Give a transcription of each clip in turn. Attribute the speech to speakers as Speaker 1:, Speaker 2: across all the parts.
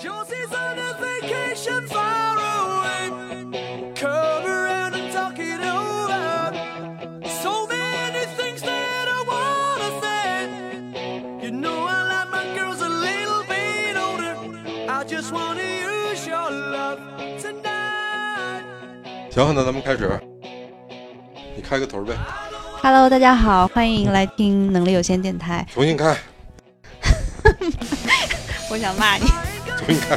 Speaker 1: Josie is on a vacation far away. Come around and talk it over. So many things that I wanna say. You know I like my girls a little bit older. I just wanna use your love tonight.
Speaker 2: 行，那咱们开始，你开个头呗，
Speaker 3: Hello，大家好，欢迎来听能力有限电台。
Speaker 2: 重新开，
Speaker 3: 我想骂你，
Speaker 2: 重新开。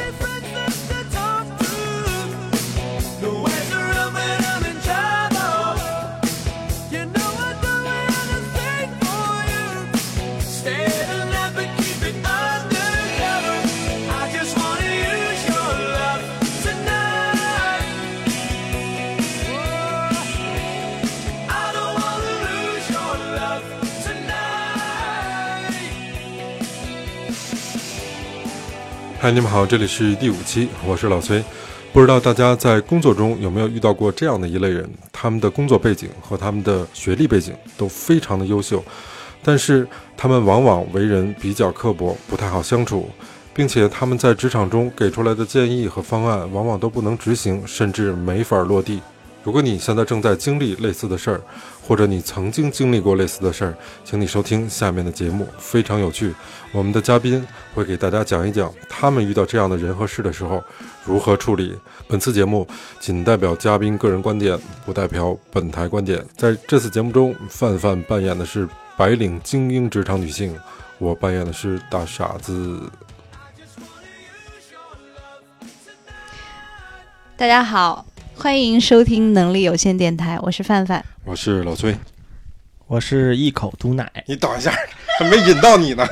Speaker 1: Tonight
Speaker 2: 嗨，你们好，这里是第五期，我是老崔。不知道大家在工作中有没有遇到过这样的一类人，他们的工作背景和他们的学历背景都非常的优秀，但是他们往往为人比较刻薄，不太好相处，并且他们在职场中给出来的建议和方案往往都不能执行，甚至没法落地。如果你现在正在经历类似的事儿，或者你曾经经历过类似的事儿，请你收听下面的节目，非常有趣。我们的嘉宾会给大家讲一讲他们遇到这样的人和事的时候如何处理。本次节目仅代表嘉宾个人观点，不代表本台观点。在这次节目中，范范扮演的是白领精英职场女性，我扮演的是大傻子。
Speaker 3: 大家好，欢迎收听能力有限电台，我是范范。
Speaker 2: 我是老崔，
Speaker 4: 我是一口毒奶，
Speaker 2: 你等一下，还没引到你呢，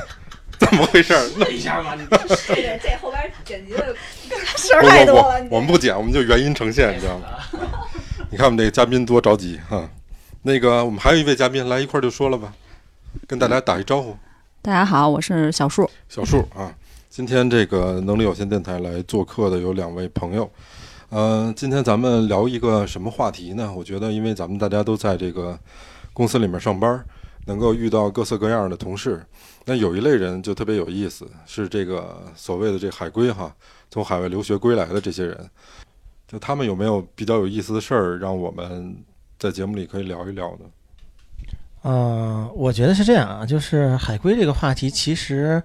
Speaker 2: 怎么回事？那
Speaker 5: 对，这后边剪辑的事儿太
Speaker 2: 我
Speaker 5: 多
Speaker 2: 我
Speaker 5: 了。你
Speaker 2: 我们不剪，我们就原音呈现，你知道 吗？你看我们这个嘉宾多着急哈。那个，我们还有一位嘉宾来一块儿就说了吧，跟大家打一招呼。
Speaker 5: 大家好，我是小树。
Speaker 2: 小树啊，今天这个能力有限电台来做客的有两位朋友。嗯、今天咱们聊一个什么话题呢？我觉得，因为咱们大家都在这个公司里面上班，能够遇到各色各样的同事。那有一类人就特别有意思，是这个所谓的这海归哈，从海外留学归来的这些人，就他们有没有比较有意思的事儿，让我们在节目里可以聊一聊呢？
Speaker 4: 嗯、我觉得是这样啊，就是海归这个话题，其实，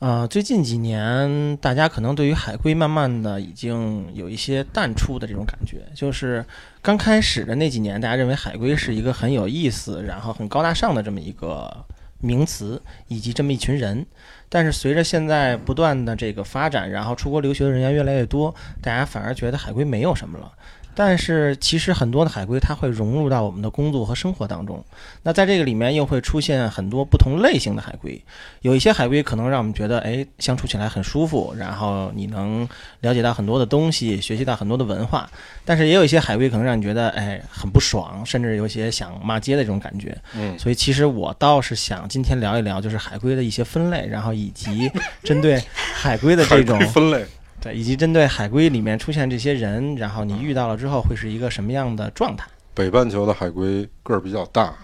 Speaker 4: 呃，最近几年大家可能对于海归慢慢的已经有一些淡出的这种感觉，就是刚开始的那几年，大家认为海归是一个很有意思，然后很高大上的这么一个名词，以及这么一群人。但是随着现在不断的这个发展，然后出国留学的人员越来越多，大家反而觉得海归没有什么了。但是其实很多的海归，它会融入到我们的工作和生活当中。那在这个里面又会出现很多不同类型的海龟，有一些海龟可能让我们觉得，哎，相处起来很舒服，然后你能了解到很多的东西，学习到很多的文化。但是也有一些海龟可能让你觉得，哎，很不爽，甚至有一些想骂街的这种感觉。
Speaker 2: 嗯，
Speaker 4: 所以其实我倒是想今天聊一聊，就是海龟的一些分类，然后以及针对海龟的这种
Speaker 2: 海归分类，
Speaker 4: 对，以及针对海龟里面出现这些人，然后你遇到了之后会是一个什么样的状态。
Speaker 2: 北半球的海龟个儿比较 大，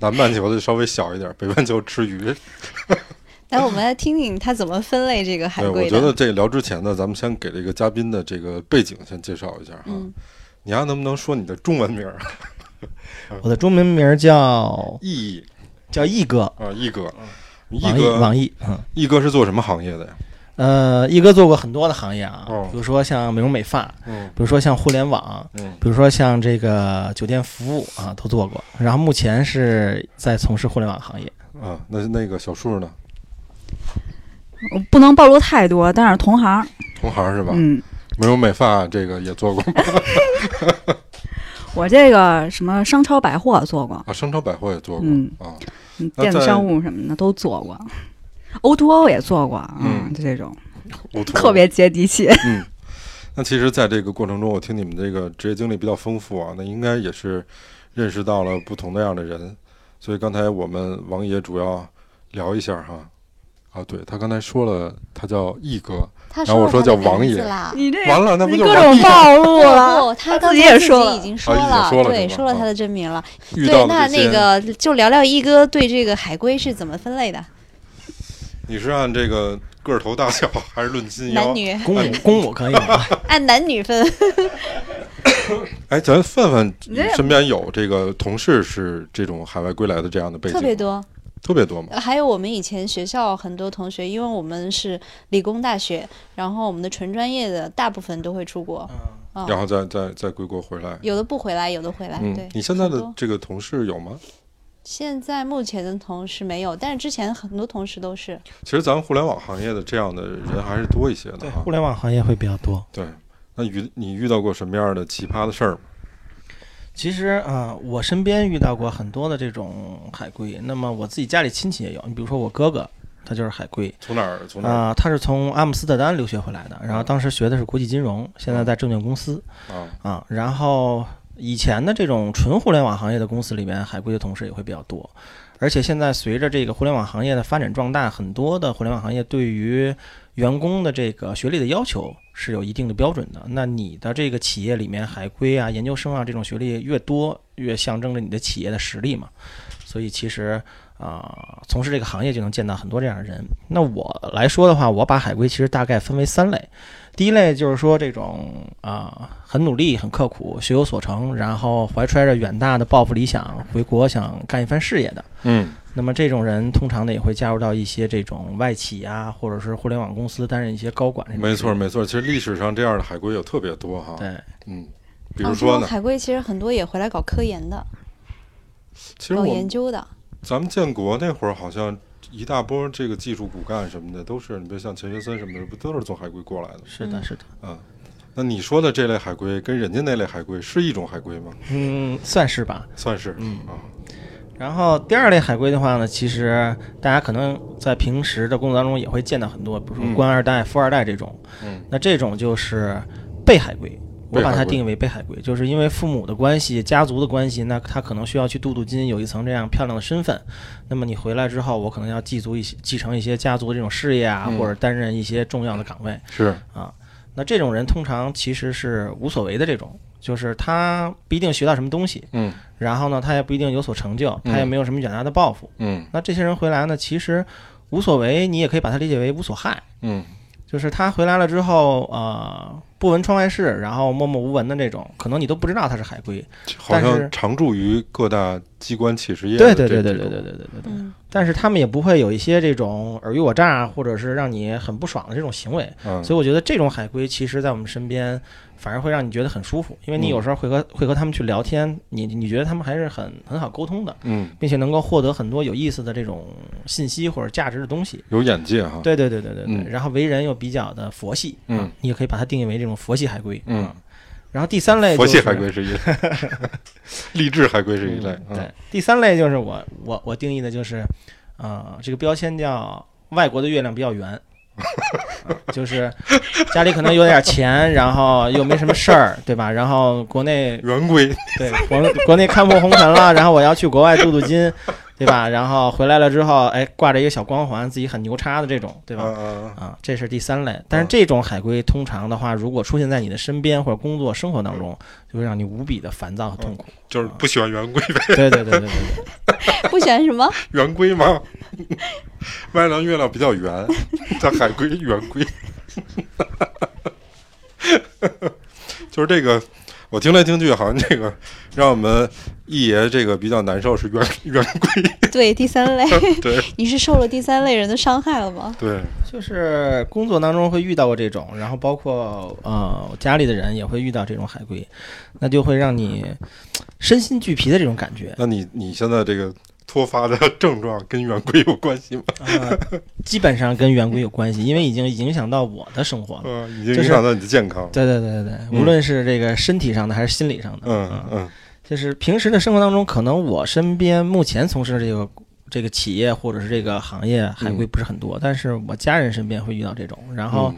Speaker 2: 南半球的稍微小一点。北半球吃鱼。
Speaker 3: 来，哎我们来听听他怎么分类这个海
Speaker 2: 对，哎我
Speaker 3: 龟
Speaker 2: 觉
Speaker 3: 的
Speaker 2: 得。这聊之前呢，咱们先给这个嘉宾的这个背景先介绍一下哈。
Speaker 3: 嗯
Speaker 2: 你还能不能说你的中文名儿啊？
Speaker 4: 我的中文名叫
Speaker 2: 易
Speaker 4: 叫毅哥，
Speaker 2: 啊，易哥，易
Speaker 4: 网易，
Speaker 2: 哥，
Speaker 4: 网易，嗯，
Speaker 2: 易哥是做什么行业的呀？
Speaker 4: 呃，一哥做过很多的行业啊
Speaker 2: 哦，
Speaker 4: 比如说像美容美发，
Speaker 2: 嗯
Speaker 4: 比如说像互联网，
Speaker 2: 嗯，
Speaker 4: 比如说像这个酒店服务啊，都做过。然后目前是在从事互联网行业。
Speaker 2: 啊，那那个小树呢？
Speaker 5: 我不能暴露太多，但是同行，
Speaker 2: 同行是吧？
Speaker 5: 嗯，
Speaker 2: 美容美发这个也做过
Speaker 5: 我这个什么商超百货做过，
Speaker 2: 啊，商超百货也做过
Speaker 5: 嗯
Speaker 2: 啊。
Speaker 5: 嗯
Speaker 2: 那
Speaker 5: 电子
Speaker 2: 在
Speaker 5: 商务什么的都做过，O to O 也做过，
Speaker 2: 嗯
Speaker 5: 就这种
Speaker 2: 我特
Speaker 5: 特别接地 气。
Speaker 2: 嗯，那其实，在这个过程中，我听你们这个职业经历比较丰富啊，那应该也是认识到了不同的样的人。所以刚才我们王爷主要聊一下哈，啊，对他刚才说了，他叫毅哥，
Speaker 3: 他
Speaker 2: 然后我说
Speaker 3: 他的
Speaker 2: 叫王
Speaker 3: 名
Speaker 2: 爷
Speaker 3: 字啦。
Speaker 5: 你这
Speaker 2: 完了，那不
Speaker 5: 你
Speaker 2: 就
Speaker 5: 各
Speaker 2: 是王
Speaker 5: 种
Speaker 2: 毅吗
Speaker 5: 暴露了，
Speaker 3: 不，他刚
Speaker 5: 自己
Speaker 3: 才
Speaker 5: 也
Speaker 3: 自
Speaker 5: 说
Speaker 3: 己
Speaker 5: 了
Speaker 3: 已经说
Speaker 2: 啊已经说了
Speaker 3: 对，
Speaker 2: 是吧
Speaker 3: 说了他
Speaker 2: 啊
Speaker 3: 的真名了。
Speaker 2: 遇
Speaker 3: 对，
Speaker 2: 到
Speaker 3: 那
Speaker 2: 的这
Speaker 3: 那
Speaker 2: 些？
Speaker 3: 个就聊聊一哥对这个海龟是怎么分类的。
Speaker 2: 你是按这个个头大小还是论斤腰
Speaker 3: 男？女
Speaker 4: 公我公我可以吗？
Speaker 3: 按男女分，
Speaker 2: 哎，咱范范
Speaker 5: 你这
Speaker 2: 身边有这个同事是这种海外归来的这样的背景，
Speaker 3: 特别，多。
Speaker 2: 特别多吗？
Speaker 3: 还有我们以前学校很多同学，因为我们是理工大学，然后我们的纯专业的大部分都会出国，啊
Speaker 2: 然后再再再归国回来。
Speaker 3: 有的不回来，有的回来。
Speaker 2: 嗯
Speaker 3: 对，，
Speaker 2: 你现在
Speaker 3: 很
Speaker 2: 的
Speaker 3: 多
Speaker 2: 这个同事有吗？
Speaker 3: 现在目前的同事没有，但是之前很多同事都是。
Speaker 2: 其实咱们互联网行业的这样的人还是多一些的
Speaker 4: 对，
Speaker 2: 哈
Speaker 4: 互。联网行业会比较多。
Speaker 2: 对，那遇你遇到过什么样的奇葩的事儿吗？
Speaker 4: 其实啊、呃我身边遇到过很多的这种海归。那么我自己家里亲戚也有，你比如说我哥哥，他就是海归
Speaker 2: 从哪儿？从哪儿？嗯
Speaker 4: 啊、他是从阿姆斯特丹留学回来的，然后当时学的是国际金融，现在在证券公司
Speaker 2: 啊，
Speaker 4: 啊、然后以前的这种纯互联网行业的公司里面，海归的同事也会比较多。而且现在随着这个互联网行业的发展壮大，很多的互联网行业对于员工的这个学历的要求是有一定的标准的。那你的这个企业里面海归啊、研究生啊这种学历越多，越象征着你的企业的实力嘛。所以其实啊、从事这个行业就能见到很多这样的人。那我来说的话，我把海归其实大概分为三类。第一类就是说这种啊、很努力、很刻苦、学有所成，然后怀揣着远大的抱负理想回国想干一番事业的。
Speaker 2: 嗯，
Speaker 4: 那么这种人通常呢也会加入到一些这种外企啊，或者是互联网公司担任一些高管这种
Speaker 2: 没
Speaker 4: 职
Speaker 2: 错
Speaker 4: 位。
Speaker 2: 没错。其实历史上这样的海归有特别多哈。
Speaker 4: 对，
Speaker 2: 嗯，比
Speaker 3: 啊
Speaker 2: 如
Speaker 3: 这种
Speaker 2: 说呢，
Speaker 3: 海归其实很多也回来搞科研的，
Speaker 2: 其实
Speaker 3: 搞
Speaker 2: 我
Speaker 3: 研
Speaker 2: 们
Speaker 3: 究 的。
Speaker 2: 咱们建国那会儿好像。一大波这个技术骨干什么的都是，你别像钱学森什么的，不都是从海归过来的吗？
Speaker 4: 是的，
Speaker 3: 嗯
Speaker 4: 是的，
Speaker 2: 那你说的这类海归跟人家那类海归是一种海归吗？
Speaker 4: 嗯，算是吧。
Speaker 2: 算是，
Speaker 4: 嗯
Speaker 2: 啊，
Speaker 4: 然后第二类海归的话呢，其实大家可能在平时的工作当中也会见到很多，比如
Speaker 2: 嗯
Speaker 4: 说官二代、富二代这种。
Speaker 2: 嗯，
Speaker 4: 那这种就是被海归，我把
Speaker 2: 被海
Speaker 4: 它
Speaker 2: 归
Speaker 4: 定义为被海归，就是因为父母的关系、家族的关系，那他可能需要去镀镀金，有一层这样漂亮的身份。那么你回来之后，我可能要继足一些、继承一些家族的这种事业啊，
Speaker 2: 嗯
Speaker 4: 或者担任一些重要的岗位。
Speaker 2: 是
Speaker 4: 啊。那这种人通常其实是无所谓的，这种就是他不一定学到什么东西，
Speaker 2: 嗯
Speaker 4: 然后呢，他也不一定有所成就，
Speaker 2: 嗯
Speaker 4: 他也没有什么远大的抱负。
Speaker 2: 嗯
Speaker 4: 那这些人回来呢，其实无所谓，你也可以把它理解为无所害，
Speaker 2: 嗯，
Speaker 4: 就是他回来了之后，呃，不闻窗外事，然后默默无闻的这种，可能你都不知道他是海归。
Speaker 2: 好
Speaker 4: 但是
Speaker 2: 像常驻于各大机关企事业
Speaker 4: 对
Speaker 2: 的
Speaker 4: 对
Speaker 2: 这。
Speaker 4: 对对
Speaker 2: 这
Speaker 4: 对对
Speaker 2: 种
Speaker 4: 对对对对。
Speaker 3: 嗯，
Speaker 4: 但是他们也不会有一些这种尔虞我诈，或者是让你很不爽的这种行为。
Speaker 2: 嗯，
Speaker 4: 所以我觉得这种海龟，其实在我们身边，反而会让你觉得很舒服，因为
Speaker 2: 嗯
Speaker 4: 你有时候会和会和他们去聊天，你你觉得他们还是很很好沟通的，
Speaker 2: 嗯，
Speaker 4: 并且能够获得很多有意思的这种信息或者价值的东西。
Speaker 2: 有眼界哈。，
Speaker 4: 对对对对对对。
Speaker 2: 嗯
Speaker 4: 然后为人又比较的佛系，啊
Speaker 2: 嗯
Speaker 4: 你也可以把它定义为这种佛系海龟。
Speaker 2: 嗯
Speaker 4: 啊。然后第三类、就
Speaker 2: 佛
Speaker 4: 是，
Speaker 2: 系海龟 是一类，励志海龟是一类
Speaker 4: 嗯。
Speaker 2: 嗯
Speaker 4: 对，第三类就是我我我定义的就是，呃，这个标签叫外国的月亮比较圆。 啊就是家里可能有点钱，然后又没什么事儿，对吧？然后国内
Speaker 2: 圆规，
Speaker 4: 对国国内看破红尘了，然后我要去国外镀镀金，对吧？然后回来了之后，哎，挂着一个小光环，自己很牛叉的这种，对吧？
Speaker 2: 吧？
Speaker 4: 啊，这是第三类。但是这种海龟通常的话，如果出现在你的身边或者工作生活当中，就会让你无比的烦躁和痛苦。
Speaker 2: 就是不喜欢圆规呗，
Speaker 4: 对对对对对对，
Speaker 3: 不喜欢什么？
Speaker 2: 圆规 吗？外亮月亮比较圆，叫海龟圆规， 就是这个。我听来听去，好像这个让我们一爷这个比较难受是圆 圆规，
Speaker 3: 对，第三类。
Speaker 2: 对
Speaker 3: 你是受了第三类人的伤害了吗？
Speaker 2: 对，
Speaker 4: 就是工作当中会遇到过这种，然后包括呃我家里的人也会遇到这种海龟，那就会让你身心俱疲的这种感觉。
Speaker 2: 那你你现在这个脱发的症状跟圆规有关系吗？
Speaker 4: 呃，基本上跟圆规有关系，因为已经影响到我的生活了。
Speaker 2: 嗯，已经影
Speaker 4: 就是
Speaker 2: 响到你的健康了。
Speaker 4: 对对对对对，无论是这个身体上的还是心理上的，啊
Speaker 2: 嗯嗯
Speaker 4: 就是平时的生活当中，可能我身边目前从事的这个这个企业或者是这个行业海
Speaker 2: 嗯
Speaker 4: 归不是很多，但是我家人身边会遇到这种。然后，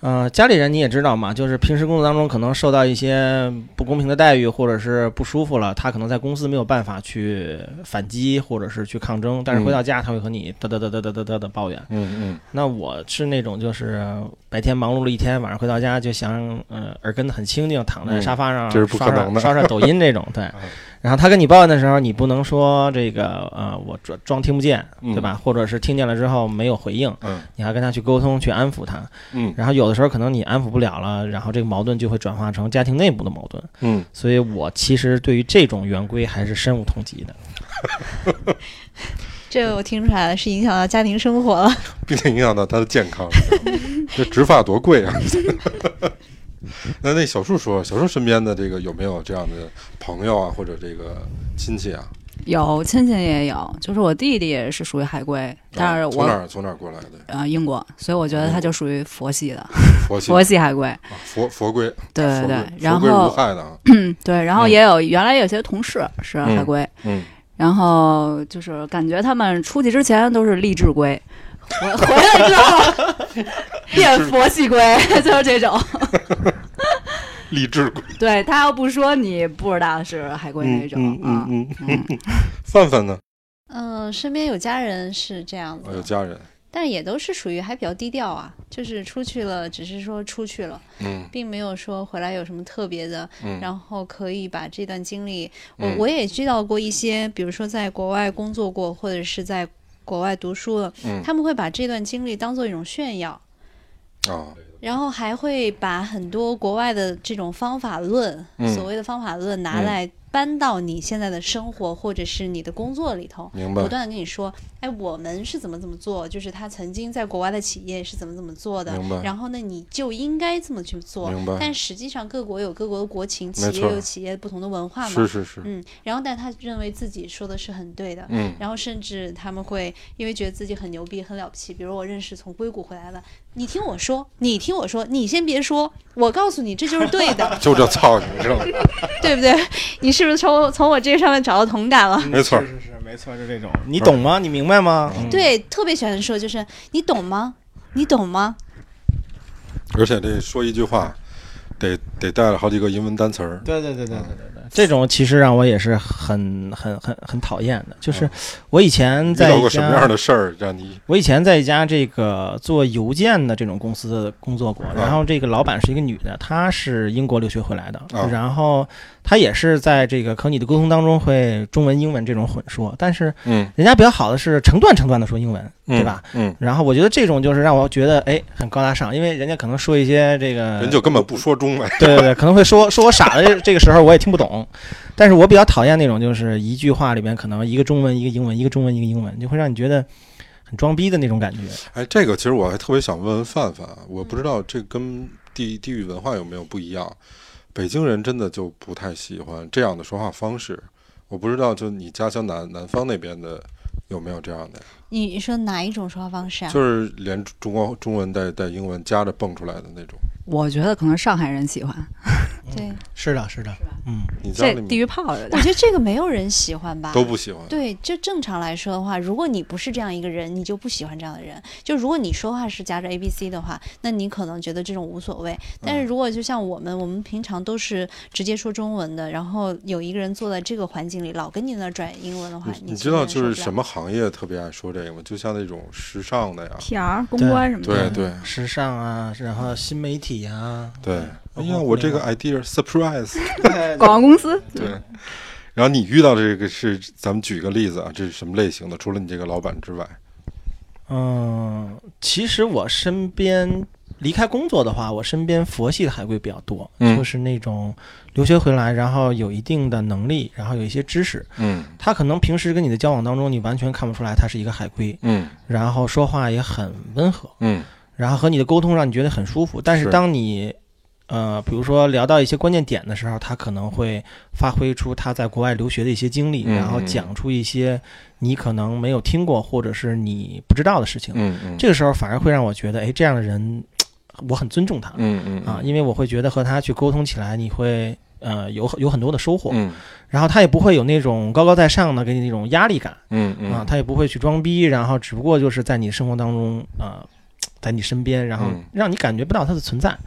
Speaker 4: 呃，家里人你也知道嘛，就是平时工作当中可能受到一些不公平的待遇，或者是不舒服了，他可能在公司没有办法去反击或者是去抗争，但是回到家他会和你嘚嘚嘚嘚嘚嘚嘚的抱怨。
Speaker 2: 嗯
Speaker 4: 那我是那种就是白天忙碌了一天，晚上回到家就想，呃，耳根子很清净，躺在沙发上、
Speaker 2: 嗯这是不可
Speaker 4: 刷刷
Speaker 2: 能的
Speaker 4: 刷刷抖音这种，对
Speaker 2: 嗯。
Speaker 4: 然后他跟你抱怨的时候，你不能说这个呃，我装装听不见，对吧？或者是听见了之后没有回应，
Speaker 2: 嗯
Speaker 4: 你还跟他去沟通去安抚他。
Speaker 2: 嗯
Speaker 4: 然后有的时候可能你安抚不了了，然后这个矛盾就会转化成家庭内部的矛盾。
Speaker 2: 嗯，
Speaker 4: 所以我其实对于这种圆规还是深恶痛疾的。
Speaker 3: 这我听出来了，是影响到家庭生活了。
Speaker 2: 并且影响到他的健 康。这植发多贵啊！ 那那小树说，小树身边的这个有没有这样的朋友啊，或者这个亲戚啊？
Speaker 6: 有亲戚也有，就是我弟弟也是属于海归，但是
Speaker 2: 啊从
Speaker 6: 我
Speaker 2: 哪儿从哪儿过来的？
Speaker 6: 呃英国，所以我觉得他就属于佛系的
Speaker 2: 佛系
Speaker 6: 佛系海归。
Speaker 2: 啊佛佛龟，
Speaker 6: 对
Speaker 2: 佛龟
Speaker 6: 对对
Speaker 2: 佛，
Speaker 6: 然
Speaker 2: 龟无
Speaker 6: 后
Speaker 2: 害的啊。
Speaker 6: 对，然后
Speaker 2: 嗯
Speaker 6: 也有原来有些同事是海归，
Speaker 2: 嗯，
Speaker 6: 然后就是感觉他们出去之前都是励志龟，回回来之后变佛系龟， 就是这种。
Speaker 2: 励志龟。
Speaker 6: 对他要不说你不知道是海龟那种啊。
Speaker 2: 嗯嗯嗯。范范呢？
Speaker 3: 嗯，身边有家人是这样
Speaker 2: 啊有
Speaker 3: 子，
Speaker 2: 家人。
Speaker 3: 但也都是属于还比较低调啊，就是出去了，只是说出去了，
Speaker 2: 嗯
Speaker 3: 并没有说回来有什么特别的，
Speaker 2: 嗯。
Speaker 3: 然后可以把这段经历，我
Speaker 2: 嗯
Speaker 3: 我也遇到过一些，比如说在国外工作过，或者是在国外读书了，
Speaker 2: 嗯
Speaker 3: 他们会把这段经历当做一种炫耀，
Speaker 2: 啊
Speaker 3: 然后还会把很多国外的这种方法论，
Speaker 2: 嗯
Speaker 3: 所谓的方法论拿
Speaker 2: 嗯
Speaker 3: 来搬到你现在的生活或者是你的工作里头，
Speaker 2: 明白
Speaker 3: 不。断地跟你说，哎，我们是怎么怎么做，就是他曾经在国外的企业是怎么怎么做的
Speaker 2: 明白，
Speaker 3: 然后呢，你就应该这么去做
Speaker 2: 明白。
Speaker 3: 但实际上各国有各国的国情，企
Speaker 2: 没
Speaker 3: 业
Speaker 2: 错
Speaker 3: 有企业不同的文化嘛，
Speaker 2: 是是是。
Speaker 3: 嗯，然后但他认为自己说的是很对的。
Speaker 2: 嗯，
Speaker 3: 然后甚至他们会因为觉得自己很牛逼、很了不起，比如我认识从硅谷回来的，你听我说，你听我说，你先别说，我告诉你这就是对的
Speaker 2: 就这操你， 知道吗？
Speaker 3: 对不对？你是不是从从我这上面找到同感了？
Speaker 2: 没错
Speaker 4: 是是是，没错，就这种。你懂吗？你明白吗？嗯，
Speaker 3: 对，特别喜欢说就是你懂吗？你懂吗？
Speaker 2: 而且这说一句话，得得带了好几个英文单词儿。
Speaker 4: 对对对对对对对，这种其实让我也是很很很很讨厌的。就是我以前
Speaker 2: 嗯遇
Speaker 4: 在
Speaker 2: 到
Speaker 4: 一
Speaker 2: 过什么样
Speaker 4: 家，
Speaker 2: 的事儿让你
Speaker 4: 我以前在一家这个做邮件的这种公司工作
Speaker 2: 嗯
Speaker 4: 过，然后这个老板是一个女的，她是英国留学回来的
Speaker 2: 啊，
Speaker 4: 然后她也是在这个和你的沟通当中会中文英文这种混说，但是
Speaker 2: 嗯
Speaker 4: 人家比较好的是成段成段的说英文，
Speaker 2: 嗯
Speaker 4: 对吧？？
Speaker 2: 嗯，
Speaker 4: 然后我觉得这种就是让我觉得哎很高大上，因为人家可能说一些这个
Speaker 2: 人就根本不说中 文。
Speaker 4: 对对对，可能会说说我傻的，这个时候我也听不懂。但是我比较讨厌那种，就是一句话里面可能一个中文一个英文，一个中文一个英文，就会让你觉得很装逼的那种感觉。
Speaker 2: 哎，这个其实我还特别想问问范范啊，我不知道这跟地地域文化有没有不一样。北京人真的就不太喜欢这样的说话方式，我不知道就你家乡南南方那边的有没有这样的，
Speaker 3: 你说哪一种说话方式啊？
Speaker 2: 就是连中国中文带带英文夹着蹦出来的那种。
Speaker 6: 我觉得可能上海人喜欢，
Speaker 3: 对，
Speaker 4: 是的，是的，嗯，
Speaker 2: 你家
Speaker 6: 这
Speaker 2: 里
Speaker 6: 地
Speaker 2: 面
Speaker 6: 域炮有
Speaker 3: 我
Speaker 6: 点。
Speaker 3: 觉得这个没有人喜欢吧？
Speaker 2: 都不喜欢。
Speaker 3: 对，就正常来说的话，如果你不是这样一个人，你就不喜欢这样的人。就如果你说话是夹着 A B C 的话，那你可能觉得这种无所谓。
Speaker 2: 嗯
Speaker 3: 但是如果就像我们，我们平常都是直接说中文的，然后有一个人坐在这个环境里，老跟你那儿转英文的话，
Speaker 2: 你你
Speaker 3: 你
Speaker 2: 知道
Speaker 3: 其实
Speaker 2: 就是
Speaker 3: 受不了
Speaker 2: 什么行业特别爱说这个吗？就像那种时尚的呀，
Speaker 5: PR 公关什么
Speaker 2: 对
Speaker 5: 的，
Speaker 2: 对
Speaker 4: 时尚啊，然后新媒体啊，
Speaker 2: 对。哎
Speaker 4: 嗯
Speaker 2: 呀，我这个 idea surprise，
Speaker 5: 广告公司
Speaker 2: 对。 然后你遇到这个是，咱们举个例子啊，这是什么类型的？除了你这个老板之外，
Speaker 4: 嗯，其实我身边离开工作的话，我身边佛系的海归比较多，
Speaker 2: 嗯
Speaker 4: 就是那种留学回来，然后有一定的能力，然后有一些知识，
Speaker 2: 嗯
Speaker 4: 他可能平时跟你的交往当中，你完全看不出来他是一个海归，
Speaker 2: 嗯
Speaker 4: 然后说话也很温和，
Speaker 2: 嗯
Speaker 4: 然后和你的沟通让你觉得很舒服。但
Speaker 2: 是
Speaker 4: 是当你呃，比如说聊到一些关键点的时候，他可能会发挥出他在国外留学的一些经历，
Speaker 2: 嗯
Speaker 4: 然后讲出一些你可能没有听过或者是你不知道的事情。
Speaker 2: 嗯嗯
Speaker 4: 这个时候反而会让我觉得，哎，这样的人我很尊重他
Speaker 2: 嗯嗯
Speaker 4: 啊，因为我会觉得和他去沟通起来，你会呃有有很多的收获。
Speaker 2: 嗯
Speaker 4: 然后他也不会有那种高高在上的给你那种压力感
Speaker 2: 嗯
Speaker 4: 啊，他也不会去装逼，然后只不过就是在你生活当中啊、呃在你身边，然后
Speaker 2: 嗯
Speaker 4: 让你感觉不到他的存在啊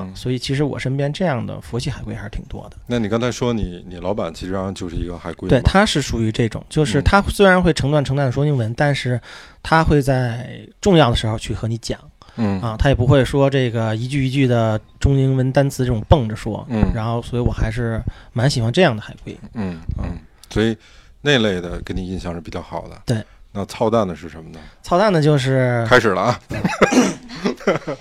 Speaker 2: 嗯。
Speaker 4: 所以其实我身边这样的佛系海龟还是挺多的。
Speaker 2: 那你刚才说你你老板其实上就是一个海归
Speaker 4: 对，
Speaker 2: 嘛
Speaker 4: 他是属于这种，就是
Speaker 2: 嗯
Speaker 4: 他虽然会成段成段的说英文，但是他会在重要的时候去和你讲。
Speaker 2: 嗯
Speaker 4: 啊，他也不会说这个一句一句的中英文单词这种蹦着说，
Speaker 2: 嗯
Speaker 4: 然后所以我还是蛮喜欢这样的海龟。
Speaker 2: 嗯嗯，所以那类的给你印象是比较好的。
Speaker 4: 对，
Speaker 2: 那操蛋的是什么呢？
Speaker 4: 操蛋的就是
Speaker 2: 开始了啊，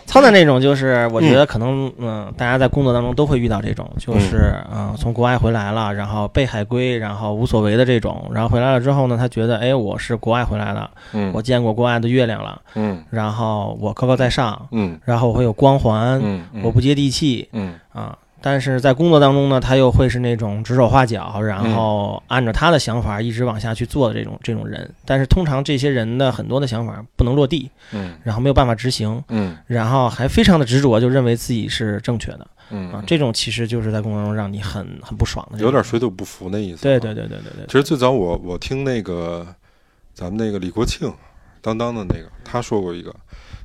Speaker 4: 操蛋这种，就是我觉得可能嗯、大家在工作当中都会遇到这种，就是嗯、呃从国外回来了，然后被海归，然后无所谓的这种，然后回来了之后呢，他觉得哎，我是国外回来的，
Speaker 2: 嗯
Speaker 4: 我见过国外的月亮了，
Speaker 2: 嗯
Speaker 4: 然后我高高在上，
Speaker 2: 嗯
Speaker 4: 然后我会有光环，
Speaker 2: 嗯，嗯
Speaker 4: 我不接地气
Speaker 2: 嗯
Speaker 4: 啊。但是在工作当中呢，他又会是那种指手画脚，然后按照他的想法一直往下去做的这种这种人。但是通常这些人的很多的想法不能落地，
Speaker 2: 嗯
Speaker 4: 然后没有办法执行，
Speaker 2: 嗯
Speaker 4: 然后还非常的执着，就认为自己是正确的
Speaker 2: 嗯
Speaker 4: 啊。这种其实就是在工作中让你很很不爽的，
Speaker 2: 有点。水土不服那意思。
Speaker 4: 对对。对对对
Speaker 2: 其实
Speaker 4: 对，
Speaker 2: 最早我我听那个咱们那个李国庆当当的那个，他说过一个，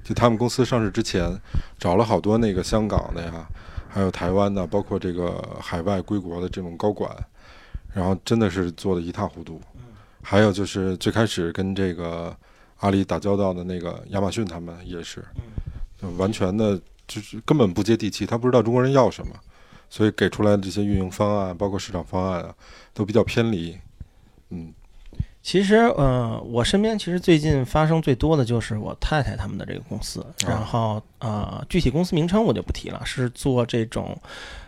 Speaker 2: 就他们公司上市之前找了好多那个香港的呀，还有台湾的，包括这个海外归国的这种高管，然后真的是做的一塌糊涂。还有就是最开始跟这个阿里打交道的那个亚马逊，他们也是，就完全的就是根本不接地气，他不知道中国人要什么，所以给出来的这些运营方案，包括市场方案啊，都比较偏离。嗯
Speaker 4: 其实呃，我身边其实最近发生最多的就是我太太他们的这个公
Speaker 2: 哦
Speaker 4: 司，然后呃，具体公司名称我就不提了，是做这种。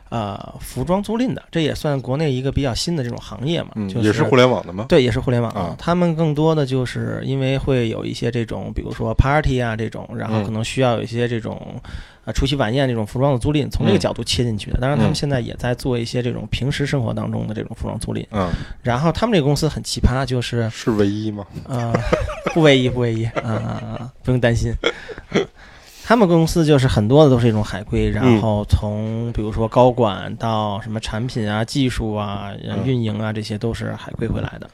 Speaker 4: 呃，服装租赁的，这也算国内一个比较新的这种行业嘛，
Speaker 2: 嗯，
Speaker 4: 就
Speaker 2: 也是互联网的吗？
Speaker 4: 对，也是互联网
Speaker 2: 啊
Speaker 4: 他们更多的就是因为会有一些这种，比如说 party 啊这种，然后
Speaker 2: 嗯
Speaker 4: 可能需要有一些这种，呃，除夕晚宴这种服装的租赁，从这个
Speaker 2: 嗯
Speaker 4: 角度切进去的。当然，
Speaker 2: 嗯
Speaker 4: 他们现在也在做一些这种平时生活当中的这种服装租赁。
Speaker 2: 嗯，
Speaker 4: 然后他们这个公司很奇葩，就是
Speaker 2: 是唯一吗？
Speaker 4: 呃， 不唯一，不唯一，啊、啊，不用担心。他们公司就是很多的都是一种海归，
Speaker 2: 嗯
Speaker 4: 然后从比如说高管到什么产品啊、技术啊、呃
Speaker 2: 嗯
Speaker 4: 运营啊，这些都是海归回来的。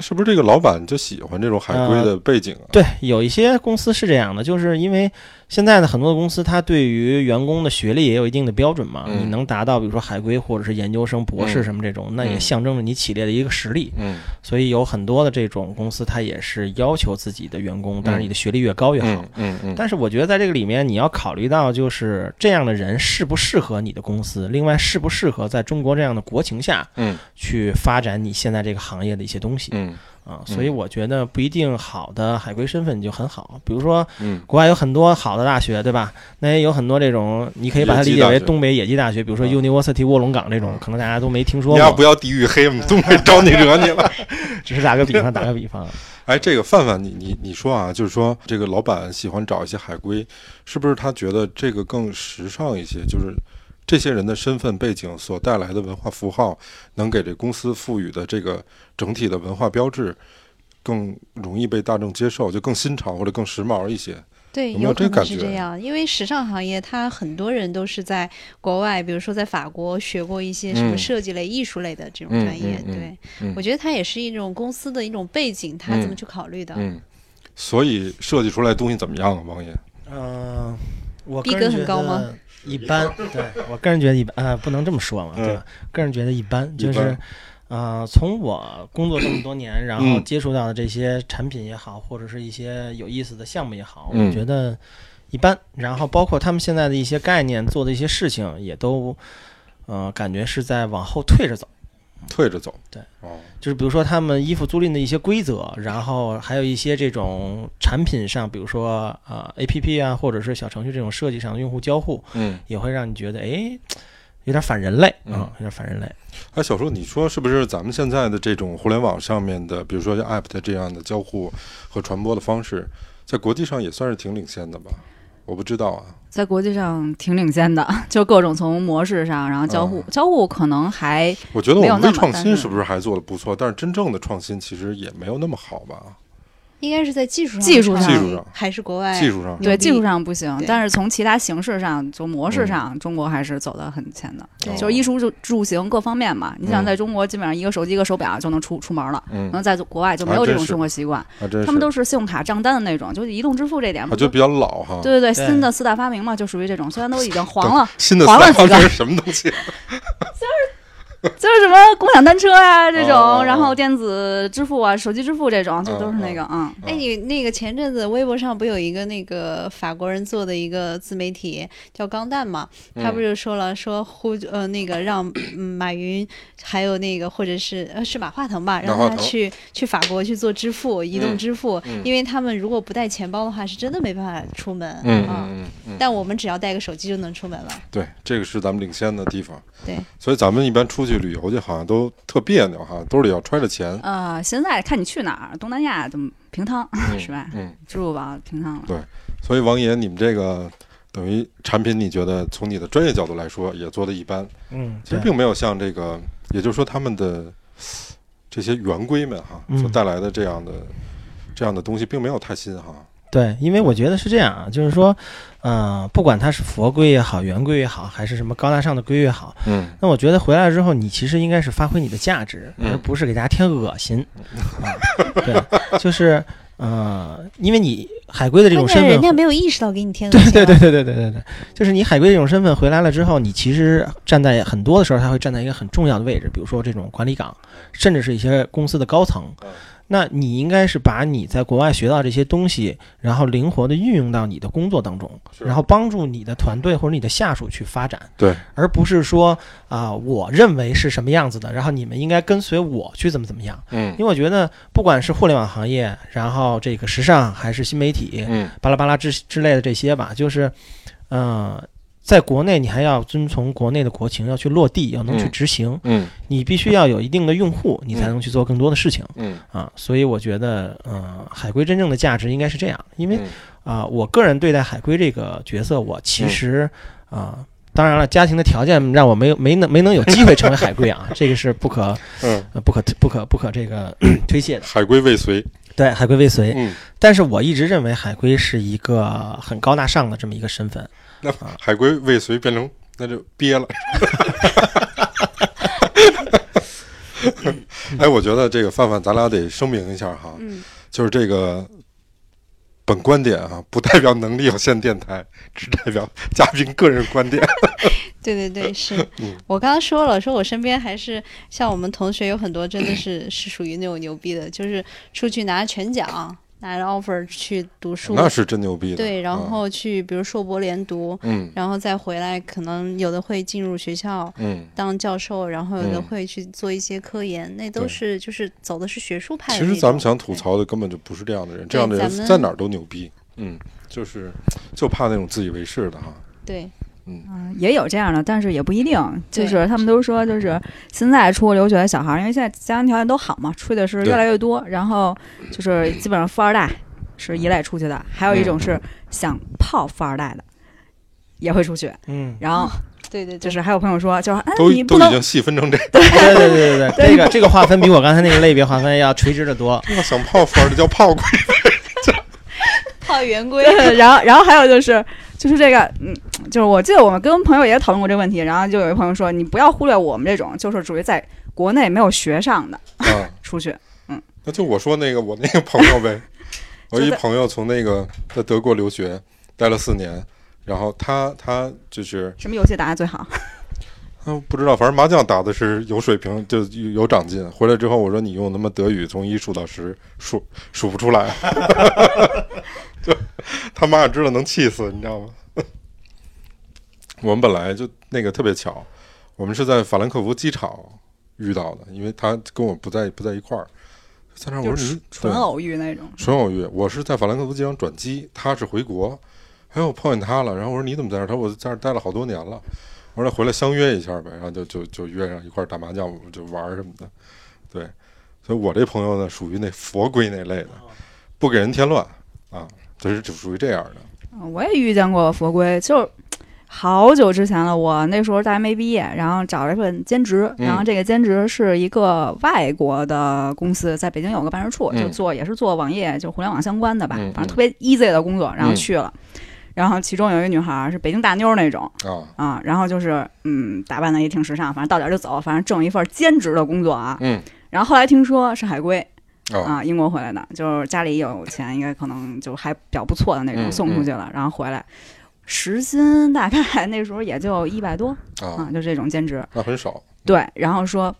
Speaker 2: 是不是这个老板就喜欢这种海归的背景啊？
Speaker 4: 对，有一些公司是这样的，就是因为现在的很多的公司，它对于员工的学历也有一定的标准嘛。
Speaker 2: 嗯
Speaker 4: 你能达到比如说海归或者是研究生、博士什么这种，那也
Speaker 2: 嗯
Speaker 4: 象征着你企业的一个实力。
Speaker 2: 嗯
Speaker 4: 所以有很多的这种公司，它也是要求自己的员工，当然你的学历越高越好。
Speaker 2: 嗯嗯嗯，
Speaker 4: 但是我觉得在这个里面，你要考虑到就是这样的人适不适合你的公司，另外适不适合在中国这样的国情下
Speaker 2: 嗯
Speaker 4: 去发展你现在这个行业的一些东西。
Speaker 2: 嗯
Speaker 4: 啊，所以
Speaker 2: 嗯
Speaker 4: 我觉得不一定好的海归身份就很好。比如说，
Speaker 2: 嗯
Speaker 4: 国外有很多好的大学，对吧？那也有很多这种，你可以把它
Speaker 2: 野鸡
Speaker 4: 理解
Speaker 2: 大
Speaker 4: 为
Speaker 2: 学
Speaker 4: 东北野鸡大学，比如说
Speaker 2: 嗯
Speaker 4: University 卧龙岗这种，可能大家都没听说
Speaker 2: 你要不
Speaker 4: 过，
Speaker 2: 要地域黑？我们东北招你惹你 了？
Speaker 4: 只是打个比 方，打个比方。啊
Speaker 2: 哎，这个范范，你你你说啊，就是说这个老板喜欢找一些海归，是不是他觉得这个更时尚一些？就是这些人的身份背景所带来的文化符号，能给这公司赋予的这个整体的文化标志，更容易被大众接受，就更新潮或者更时髦一些。
Speaker 3: 对，
Speaker 2: 有没有这个
Speaker 3: 可能
Speaker 2: 感
Speaker 3: 是
Speaker 2: 觉
Speaker 3: 这样，因为时尚行业它很多人都是在国外，比如说在法国学过一些什么
Speaker 2: 嗯
Speaker 3: 设计类、艺术类的这种
Speaker 2: 嗯
Speaker 3: 专业。
Speaker 2: 嗯嗯
Speaker 3: 对、
Speaker 2: 嗯
Speaker 3: 我觉得它也是一种公司的一种背景，它怎么
Speaker 2: 嗯
Speaker 3: 去考虑的。
Speaker 2: 嗯，所以设计出来东西怎么样啊，王爷？
Speaker 4: 嗯，我
Speaker 3: 逼
Speaker 4: 个
Speaker 3: 格
Speaker 4: 人
Speaker 3: 很
Speaker 4: 觉
Speaker 3: 高吗
Speaker 4: 得一般， 对我个人觉得一般，啊、不能这么说嘛，对吧？个人觉得一般，就
Speaker 2: 嗯一
Speaker 4: 是
Speaker 2: 般。
Speaker 4: 呃，从我工作这么多年，然后
Speaker 2: 嗯
Speaker 4: 接触到的这些产品也好，或者是一些有意思的项目也好，
Speaker 2: 嗯
Speaker 4: 我觉得一般。然后包括他们现在的一些概念做的一些事情，也都呃感觉是在往后退着走。
Speaker 6: 嗯
Speaker 2: 退着走。
Speaker 4: 对，
Speaker 2: 哦，
Speaker 4: 就是比如说他们衣服租赁的一些规则，然后还有一些这种产品上，比如说呃 A P P 啊，或者是小程序这种设计上的用户交互，
Speaker 2: 嗯，
Speaker 4: 也会让你觉得哎有点反人类啊、
Speaker 2: 嗯
Speaker 4: 有点反人类。
Speaker 2: 哎，小叔，你说是不是咱们现在的这种互联网上面的，比如说像 App 的这样的交互和传播的方式，在国际上也算是挺领先的吧？我不知道啊，
Speaker 6: 在国际上挺领先的， 就各种从模式上，然后交互，
Speaker 2: 嗯
Speaker 6: 交互可能还
Speaker 2: 我觉得我
Speaker 6: 没有
Speaker 2: 们微
Speaker 6: 那么
Speaker 2: 创
Speaker 6: 但
Speaker 2: 新
Speaker 6: 是
Speaker 2: 是不是还做的不错？但是真正的创新其实也没有那么好吧？
Speaker 3: 应该是在技术上，
Speaker 6: 技术上
Speaker 2: 技术上
Speaker 3: 还是国外
Speaker 6: 哎
Speaker 2: 技术上
Speaker 3: 牛
Speaker 6: 对
Speaker 3: 逼
Speaker 6: 技术上不行
Speaker 3: 对，
Speaker 6: 但是从其他形式上，从模
Speaker 2: 嗯
Speaker 6: 式上，中国还是走得很前的，
Speaker 3: 对
Speaker 6: 就是衣食住住行各方面嘛。你想，
Speaker 2: 嗯
Speaker 6: 在中国基本上一个手机一个手表就能出出门了，
Speaker 2: 嗯
Speaker 6: 可，能在国外就没
Speaker 2: 还
Speaker 6: 有这
Speaker 2: 真
Speaker 6: 种
Speaker 2: 是
Speaker 6: 生活习惯，
Speaker 2: 还真是，啊
Speaker 6: 他们都是信用卡账单的那种，就是移动支付这点
Speaker 2: 我
Speaker 6: 不
Speaker 2: 觉得
Speaker 6: 就。
Speaker 2: 比较老哈。
Speaker 6: 对对对，
Speaker 4: 对
Speaker 6: 新的四大 发明嘛，就属于这种，虽然都已经黄了，
Speaker 2: 新的
Speaker 6: 黄了
Speaker 2: 三
Speaker 6: 几
Speaker 2: 方
Speaker 6: 个
Speaker 2: 是什么东西？
Speaker 6: 就是什么共享单车啊这
Speaker 2: 哦哦哦哦
Speaker 6: 种，然后电子支付啊、手机支付这种，就都是那个嗯。
Speaker 3: 哎，你那个前阵子微博上不有一个那个法国人做的一个自媒体叫钢蛋嘛？他
Speaker 2: 嗯
Speaker 3: 不就说了，说呼呃那个让嗯马云还有那个或者是呃是马化腾吧，让
Speaker 2: 马化
Speaker 3: 他
Speaker 2: 腾
Speaker 3: 去去法国去做支付，移动
Speaker 2: 嗯
Speaker 3: 支付，
Speaker 2: 嗯
Speaker 3: 因为他们如果不带钱包的话，是真的没办法出门。
Speaker 2: 嗯
Speaker 3: 啊
Speaker 2: 嗯嗯嗯，
Speaker 3: 但我们只要带个手机就能出门了。
Speaker 2: 对，这个是咱们领先的地方。
Speaker 3: 对，
Speaker 2: 所以咱们一般出去旅游去，好像都特别扭哈，兜里要揣着钱。
Speaker 6: 呃，现在看你去哪儿，东南亚怎么平汤 是吧？
Speaker 2: 嗯，
Speaker 6: 支付宝平汤了。
Speaker 2: 所以王爷，你们这个等于产品，你觉得从你的专业角度来说也做的一般，
Speaker 4: 嗯，
Speaker 2: 其实并没有像这个，也就是说他们的这些圆规们哈
Speaker 4: 嗯
Speaker 2: 所带来的这样的这样的东西，并没有太新哈。
Speaker 4: 对，因为我觉得是这样啊，就是说，呃，不管它是佛规也好，圆规也好，还是什么高大上的规也好，
Speaker 2: 嗯
Speaker 4: 那我觉得回来之后，你其实应该是发挥你的价值，
Speaker 2: 嗯
Speaker 4: 而不是给大家添恶心。啊、对，就是呃，因为你海归的这种
Speaker 3: 关
Speaker 4: 身
Speaker 3: 键
Speaker 4: 份
Speaker 3: 人
Speaker 4: 回，
Speaker 3: 家没有意识到给你添啊
Speaker 4: 对对对对对对对对，就是你海归这种身份回来了之后，你其实站在很多的时候，他会站在一个很重要的位置，比如说这种管理岗，甚至是一些公司的高层
Speaker 2: 嗯。
Speaker 4: 那你应该是把你在国外学到这些东西，然后灵活的运用到你的工作当中，
Speaker 2: 是
Speaker 4: 然后帮助你的团队或者你的下属去发展。
Speaker 2: 对，
Speaker 4: 而不是说啊、我认为是什么样子的，然后你们应该跟随我去怎么怎么样。
Speaker 2: 嗯
Speaker 4: 因为我觉得，不管是互联网行业，然后这个时尚，还是新媒体，
Speaker 2: 嗯
Speaker 4: 巴拉巴拉之之类的这些吧，就是，呃，在国内你还要遵从国内的国情，要去落地，要能去
Speaker 2: 嗯
Speaker 4: 执行，
Speaker 2: 嗯
Speaker 4: 你必须要有一定的用户，你才能去做更多的事情
Speaker 2: 嗯，
Speaker 4: 啊。所以我觉得，呃，海归真正的价值应该是这样，因为
Speaker 2: 嗯
Speaker 4: 啊、我个人对待海归这个角色，我其实
Speaker 2: 嗯
Speaker 4: 啊。当然了，家庭的条件让我没有没能没能有机会成为海 归啊，这个是不可
Speaker 2: 嗯，
Speaker 4: 呃不可不可不可这个 推卸的。
Speaker 2: 海龟未遂。
Speaker 4: 对，海归未遂，
Speaker 2: 嗯，
Speaker 4: 但是我一直认为海归是一个很高大上的这么一个身份。
Speaker 2: 那海龟未遂变成那就憋 了。哎，我觉得这个范范，咱俩得声明一下哈，
Speaker 6: 嗯
Speaker 2: 就是这个本观点啊，不代表能力有限电台，只代表嘉宾个人观 点。
Speaker 3: 对对 对，是
Speaker 2: 嗯
Speaker 3: 我刚刚说了，说我身边还是像我们同学有很多真的是 是属于那种牛逼的，就是出去拿全奖，拿着 offer 去读书，
Speaker 2: 那是真牛逼的。啊
Speaker 3: 对，然后去比如硕博连读，
Speaker 2: 嗯
Speaker 3: 然后再回来，可能有的会进入学校
Speaker 2: 嗯，
Speaker 3: 当教授，然后有的
Speaker 2: 嗯
Speaker 3: 会去做一些科研，那都
Speaker 2: 对
Speaker 3: 是就是走的是学术派的
Speaker 2: 其实
Speaker 3: 那
Speaker 2: 咱
Speaker 3: 种
Speaker 2: 们想吐
Speaker 3: 对
Speaker 2: 槽的根本就不是这样的人，
Speaker 3: 对
Speaker 2: 这样的
Speaker 3: 咱
Speaker 2: 人
Speaker 3: 们
Speaker 2: 在哪儿都牛逼。嗯，就是就怕那种自以为是的哈。
Speaker 3: 对，
Speaker 6: 嗯，也有这样的，但是也不一定。就
Speaker 3: 对
Speaker 6: 是他们都说，就是现在出国留学的小孩儿，因为现在家庭条件都好嘛，出去的是
Speaker 2: 对
Speaker 6: 越来越多。然后就是基本上富二代是一类出去的，还有一种
Speaker 2: 嗯
Speaker 6: 是想泡富二代的也会出去。
Speaker 4: 嗯，
Speaker 6: 然后
Speaker 3: 对对对，
Speaker 6: 就是还有朋友说，就是哎，
Speaker 2: 都
Speaker 6: 你
Speaker 2: 都
Speaker 6: 不
Speaker 2: 已
Speaker 6: 能
Speaker 2: 经细分成这
Speaker 4: 对对对对对，这个这个划分比我刚才那个类别划分要垂直的多。
Speaker 2: 样，哎想泡粉的叫泡鬼。
Speaker 3: 泡圆规，
Speaker 6: 对， 然后然后还有就是就是这个，嗯，就是我记得我们跟朋友也讨论过这个问题，然后就有一个朋友说，你不要忽略我们这种就是属于在国内没有学上的
Speaker 2: 啊，
Speaker 6: 出去，
Speaker 2: 那就我说那个我那个朋友 呗，我
Speaker 6: 就
Speaker 2: 一
Speaker 6: 在
Speaker 2: 朋友从那个在德国留学待了四年，然后他他就是
Speaker 6: 什么游戏打得最好？
Speaker 2: 嗯不知道，反正麻将打的是有水平，就有有长进。回来之后我说你用他妈德语从一数到十数数不出来， 就他妈知道能气死，你知道吗？ 我们本来就那个特别巧，我们是在法兰克福机场遇到的，因为他跟我不在不在一块儿，在那儿我说
Speaker 6: 就是
Speaker 2: 你
Speaker 6: 纯
Speaker 2: 对
Speaker 6: 偶遇那种。
Speaker 2: 纯偶遇，我是在法兰克福机场转机，他是回国，哎，我碰见他了，然后我说你怎么在这儿？他说我在这儿待了好多年了，我说那回来相约一下呗，然后就就就约上一块儿打麻将，就玩儿什么的，对，所以我这朋友呢属于那佛规那类的，不给人添乱啊，就是就属于这样的，
Speaker 6: 嗯我也遇见过佛规，就是好久之前了。我那时候大学没毕业，然后找了一份兼职，
Speaker 2: 嗯
Speaker 6: 然后这个兼职是一个外国的公司，在北京有个办事处，
Speaker 2: 嗯
Speaker 6: 就做也是做网页，就互联网相关的吧，
Speaker 2: 嗯嗯
Speaker 6: 反正特别 easy 的工作，然后
Speaker 2: 嗯
Speaker 6: 去了。然后其中有一个女孩儿是北京大妞儿那种
Speaker 2: 啊，
Speaker 6: 啊，然后就是嗯，打扮的也挺时尚，反正到点儿就走，反正挣一份兼职的工作啊。
Speaker 2: 嗯
Speaker 6: 然后后来听说是海归，
Speaker 2: 啊，
Speaker 6: 啊，英国回来的，就是家里有钱，应该可能就还比较不错的那种，
Speaker 2: 嗯
Speaker 6: 送出去了，然后回来时薪大概 那时候也就一百多
Speaker 2: 啊，
Speaker 6: 啊，就这种兼职。
Speaker 2: 那很少。
Speaker 6: 对，然后说，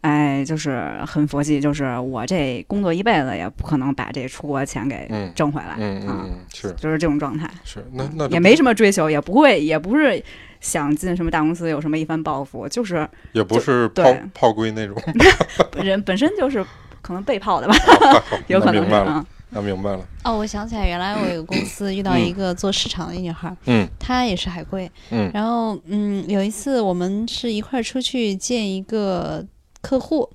Speaker 6: 哎，就是很佛系，就是我这工作一辈子也不可能把这出国钱给
Speaker 2: 嗯
Speaker 6: 挣回来，
Speaker 2: 嗯嗯
Speaker 6: 啊，
Speaker 2: 嗯，是
Speaker 6: 就是这种状态，
Speaker 2: 是，那那
Speaker 6: 也没
Speaker 2: 什
Speaker 6: 什么追求，也不会，也不是想进什么大公司有什么一番抱负，就是
Speaker 2: 也不
Speaker 6: 就是对
Speaker 2: 炮炮龟那种。
Speaker 6: 人本身就是可能被泡的吧， 有
Speaker 2: 哦那
Speaker 6: 可能
Speaker 2: 明
Speaker 6: 是
Speaker 2: 白了，
Speaker 6: 啊，
Speaker 2: 那明白了。
Speaker 3: 哦，我想起来，原来我有个公司遇到一个做市场的女孩，
Speaker 2: 嗯
Speaker 3: 她也是海归，
Speaker 2: 嗯
Speaker 3: 然后嗯，有一次我们是一块儿出去见一个客户，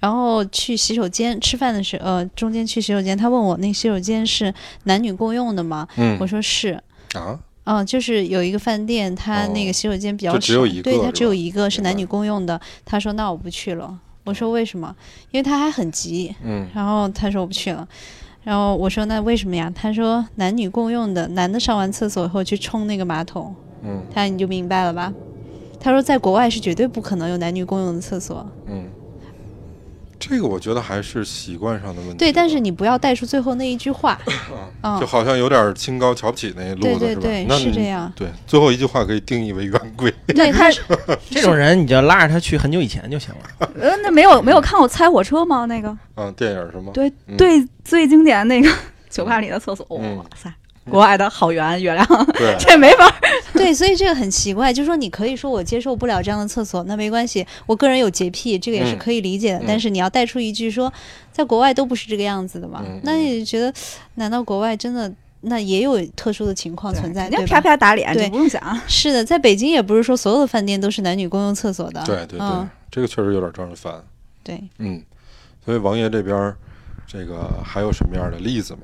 Speaker 3: 然后去洗手间吃饭的时候，呃，中间去洗手间，他问我那洗手间是男女共用的吗？我
Speaker 2: 嗯
Speaker 3: 说是。
Speaker 2: 啊，
Speaker 3: 嗯，就是有一个饭店，它那
Speaker 2: 哦
Speaker 3: 个洗手间比较
Speaker 2: 就
Speaker 3: 少，
Speaker 2: 只有一
Speaker 3: 对，
Speaker 2: 个
Speaker 3: 它
Speaker 2: 是
Speaker 3: 只有
Speaker 2: 吧
Speaker 3: 一个是
Speaker 2: 明
Speaker 3: 男
Speaker 2: 白
Speaker 3: 女共用的。他说那我不去了。我说为什么？因为他还很急，
Speaker 2: 嗯
Speaker 3: 然后他说我不去了，然后我说那为什么呀？他说男女共用的，男的上完厕所以后去冲那个马桶，
Speaker 2: 嗯
Speaker 3: 他你就明白了吧？他说在国外是绝对不可能有男女共用的厕所，
Speaker 2: 嗯，这个我觉得还是习惯上的问题吧。
Speaker 3: 对，但是你不要带出最后那一 句话，
Speaker 2: 就
Speaker 3: 嗯，
Speaker 2: 好像有点清高瞧不起那
Speaker 3: 对
Speaker 2: 路子
Speaker 3: 对
Speaker 2: 是吧
Speaker 3: 对？，
Speaker 2: 那
Speaker 3: 是这
Speaker 2: 你
Speaker 3: 样，
Speaker 2: 对，最后一句话可以定义为圆规。
Speaker 3: 对他
Speaker 4: 这种人你就拉着他去很久以前就行了。
Speaker 6: 呃，那没有没有看过《猜火车》吗？那个
Speaker 2: 嗯，电影是吗？
Speaker 6: 对
Speaker 2: 嗯
Speaker 6: 对最经典 那个酒吧里的厕所，
Speaker 2: 嗯
Speaker 6: 哇塞，国外的好圆月亮，
Speaker 2: 对，
Speaker 6: 这没法儿，
Speaker 3: 对，所以这个很奇怪，就说你可以说我接受不了这样的厕所，那没关系，我个人有洁癖，这个也是
Speaker 2: 嗯
Speaker 3: 可以理解的。
Speaker 2: 嗯
Speaker 3: 但是你要带出一句说，在国外都不是这个样子的嘛，
Speaker 2: 嗯
Speaker 3: 那你觉得难道国外真的那也有特殊的情况存在？
Speaker 6: 人家
Speaker 3: 对
Speaker 6: 啪
Speaker 3: 吧？
Speaker 6: 啪打脸，
Speaker 3: 对
Speaker 6: 你不用想。
Speaker 3: 是的，在北京也不是说所有的饭店都是男女共用厕所的。
Speaker 2: 对对对
Speaker 3: 嗯，
Speaker 2: 这个确实有点招人烦。
Speaker 3: 对，
Speaker 2: 嗯，所以王爷这边儿，这个还有什么样的例子吗？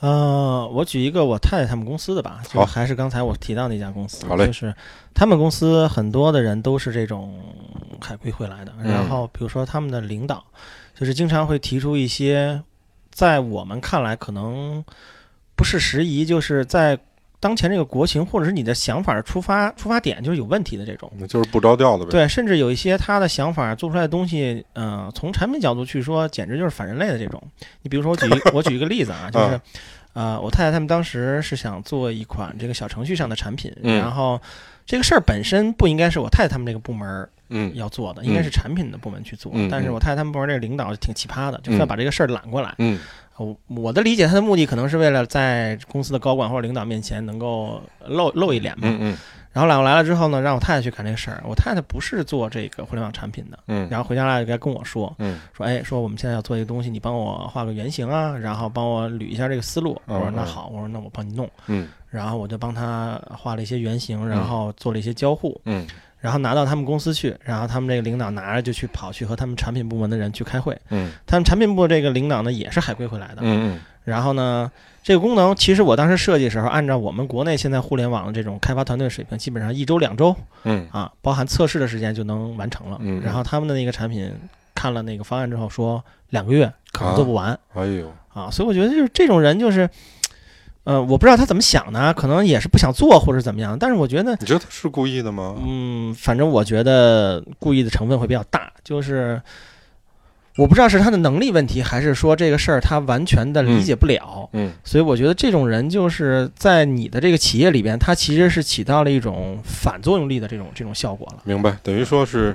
Speaker 4: 呃，我举一个我太太他们公司的吧，就
Speaker 2: 好
Speaker 4: 还是刚才我提到那家公司，
Speaker 2: 好嘞
Speaker 4: 就是他们公司很多的人都是这种海归回来的，
Speaker 2: 嗯
Speaker 4: 然后比如说他们的领导，就是经常会提出一些在我们看来可能不是时宜，就是在当前这个国情或者是你的想法出发出发点就是有问题的这种。
Speaker 2: 那就是不着调的呗。
Speaker 4: 对，甚至有一些他的想法做出来的东西，呃，从产品角度去说，简直就是反人类的这种。你比如说，我举一 我举一个例子啊，就是
Speaker 2: 啊，
Speaker 4: 呃，我太太他们当时是想做一款这个小程序上的产品，
Speaker 2: 嗯
Speaker 4: 然后这个事儿本身不应该是我太太他们这个部门儿
Speaker 2: 嗯
Speaker 4: 要做的，应该
Speaker 2: 嗯
Speaker 4: 是产品的部门去做。
Speaker 2: 嗯
Speaker 4: 但是
Speaker 2: 嗯
Speaker 4: 我太太他们部门这个领导挺奇葩的，就非要
Speaker 2: 嗯
Speaker 4: 把这个事儿揽过来。
Speaker 2: 嗯
Speaker 4: 我我的理解，他的目的可能是为了在公司的高管或者领导面前能够露露一脸嘛。
Speaker 2: 嗯嗯
Speaker 4: 然后揽过来了之后呢，让我太太去干这个事儿。我太太不是做这个互联网产品的，
Speaker 2: 嗯，
Speaker 4: 然后回家来该跟我说
Speaker 2: 嗯
Speaker 4: 说，哎，说我们现在要做一个东西，你帮我画个原型啊，然后帮我捋一下这个思路。
Speaker 2: 嗯
Speaker 4: 我说那
Speaker 2: 嗯
Speaker 4: 好，我说那我帮你弄。
Speaker 2: 嗯
Speaker 4: 然后我就帮他画了一些原型，
Speaker 2: 嗯
Speaker 4: 然后做了一些交互，
Speaker 2: 嗯
Speaker 4: 然后拿到他们公司去，然后他们这个领导拿着就去跑去和他们产品部门的人去开会。
Speaker 2: 嗯
Speaker 4: 他们产品部这个领导呢也是海归回来的，
Speaker 2: 嗯
Speaker 4: 然后呢，这个功能其实我当时设计的时候，按照我们国内现在互联网的这种开发团队的水平，基本上一周两周
Speaker 2: 嗯
Speaker 4: 啊，包含测试的时间就能完成了。
Speaker 2: 嗯嗯
Speaker 4: 然后他们的那个产品看了那个方案之后说，两个月可能做不完
Speaker 2: 哎呦，
Speaker 4: 啊所以我觉得就是这种人就是，呃，我不知道他怎么想的，啊可能也是不想做或者怎么样，但是我觉得。
Speaker 2: 你觉得他是故意的吗？
Speaker 4: 嗯，反正我觉得故意的成分会比较大，就是我不知道是他的能力问题，还是说这个事儿他完全的理解不了。
Speaker 2: 嗯
Speaker 4: 所以我觉得这种人就是在你的这个企业里边，他其实是起到了一种反作用力的这种这种效果了。
Speaker 2: 明白，等于说是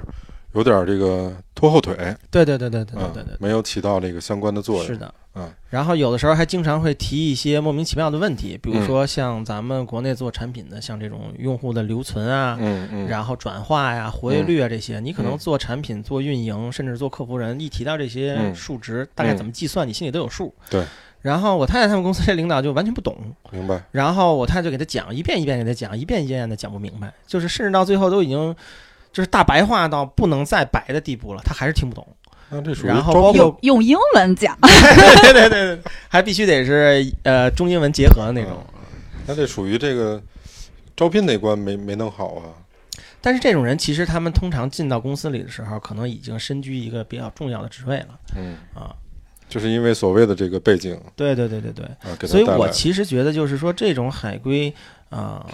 Speaker 2: 有点儿这个拖后腿，
Speaker 4: 对对对对
Speaker 2: 嗯
Speaker 4: 对对对对，
Speaker 2: 没有起到这个相关的作用。
Speaker 4: 是的，
Speaker 2: 嗯。
Speaker 4: 然后有的时候还经常会提一些莫名其妙的问题，比如
Speaker 2: 嗯
Speaker 4: 说像咱们国内做产品的，像这种用户的留存啊，
Speaker 2: 嗯嗯，
Speaker 4: 然后转化呀、活跃率啊这些，你可
Speaker 2: 嗯
Speaker 4: 能做产品、做运营，甚至做客服人，一提到这些
Speaker 2: 嗯
Speaker 4: 数值，大概怎么计算，你心里都有数。
Speaker 2: 对。
Speaker 4: 然后我太太他们公司这领导就完全不懂，
Speaker 2: 明白。
Speaker 4: 然后我太太就给他讲，一遍一遍给他讲，一遍一遍的讲不明白，就是甚至到最后都已经就是大白话到不能再白的地步了，他还是听不懂。
Speaker 2: 那这属于
Speaker 4: 然后
Speaker 2: 招
Speaker 4: 包括
Speaker 2: 聘
Speaker 6: 用用英文讲，
Speaker 4: 对对对对，还必须得是呃中英文结合的那种。
Speaker 2: 啊那这属于这个招聘那关没没弄好啊。
Speaker 4: 但是这种人其实他们通常进到公司里的时候，可能已经身居一个比较重要的职位了
Speaker 2: 嗯，
Speaker 4: 啊。
Speaker 2: 就是因为所谓的这个背景
Speaker 4: 对对对对对。
Speaker 2: 啊，给他
Speaker 4: 所以
Speaker 2: 带
Speaker 4: 我
Speaker 2: 来
Speaker 4: 其实觉得，就是说这种海归，啊、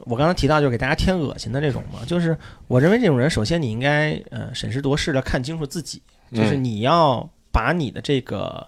Speaker 4: 我刚才提到就是给大家添恶心的这种嘛，就是我认为这种人，首先你应该呃审时度势的看清楚自己，就是
Speaker 2: 嗯
Speaker 4: 你要把你的这个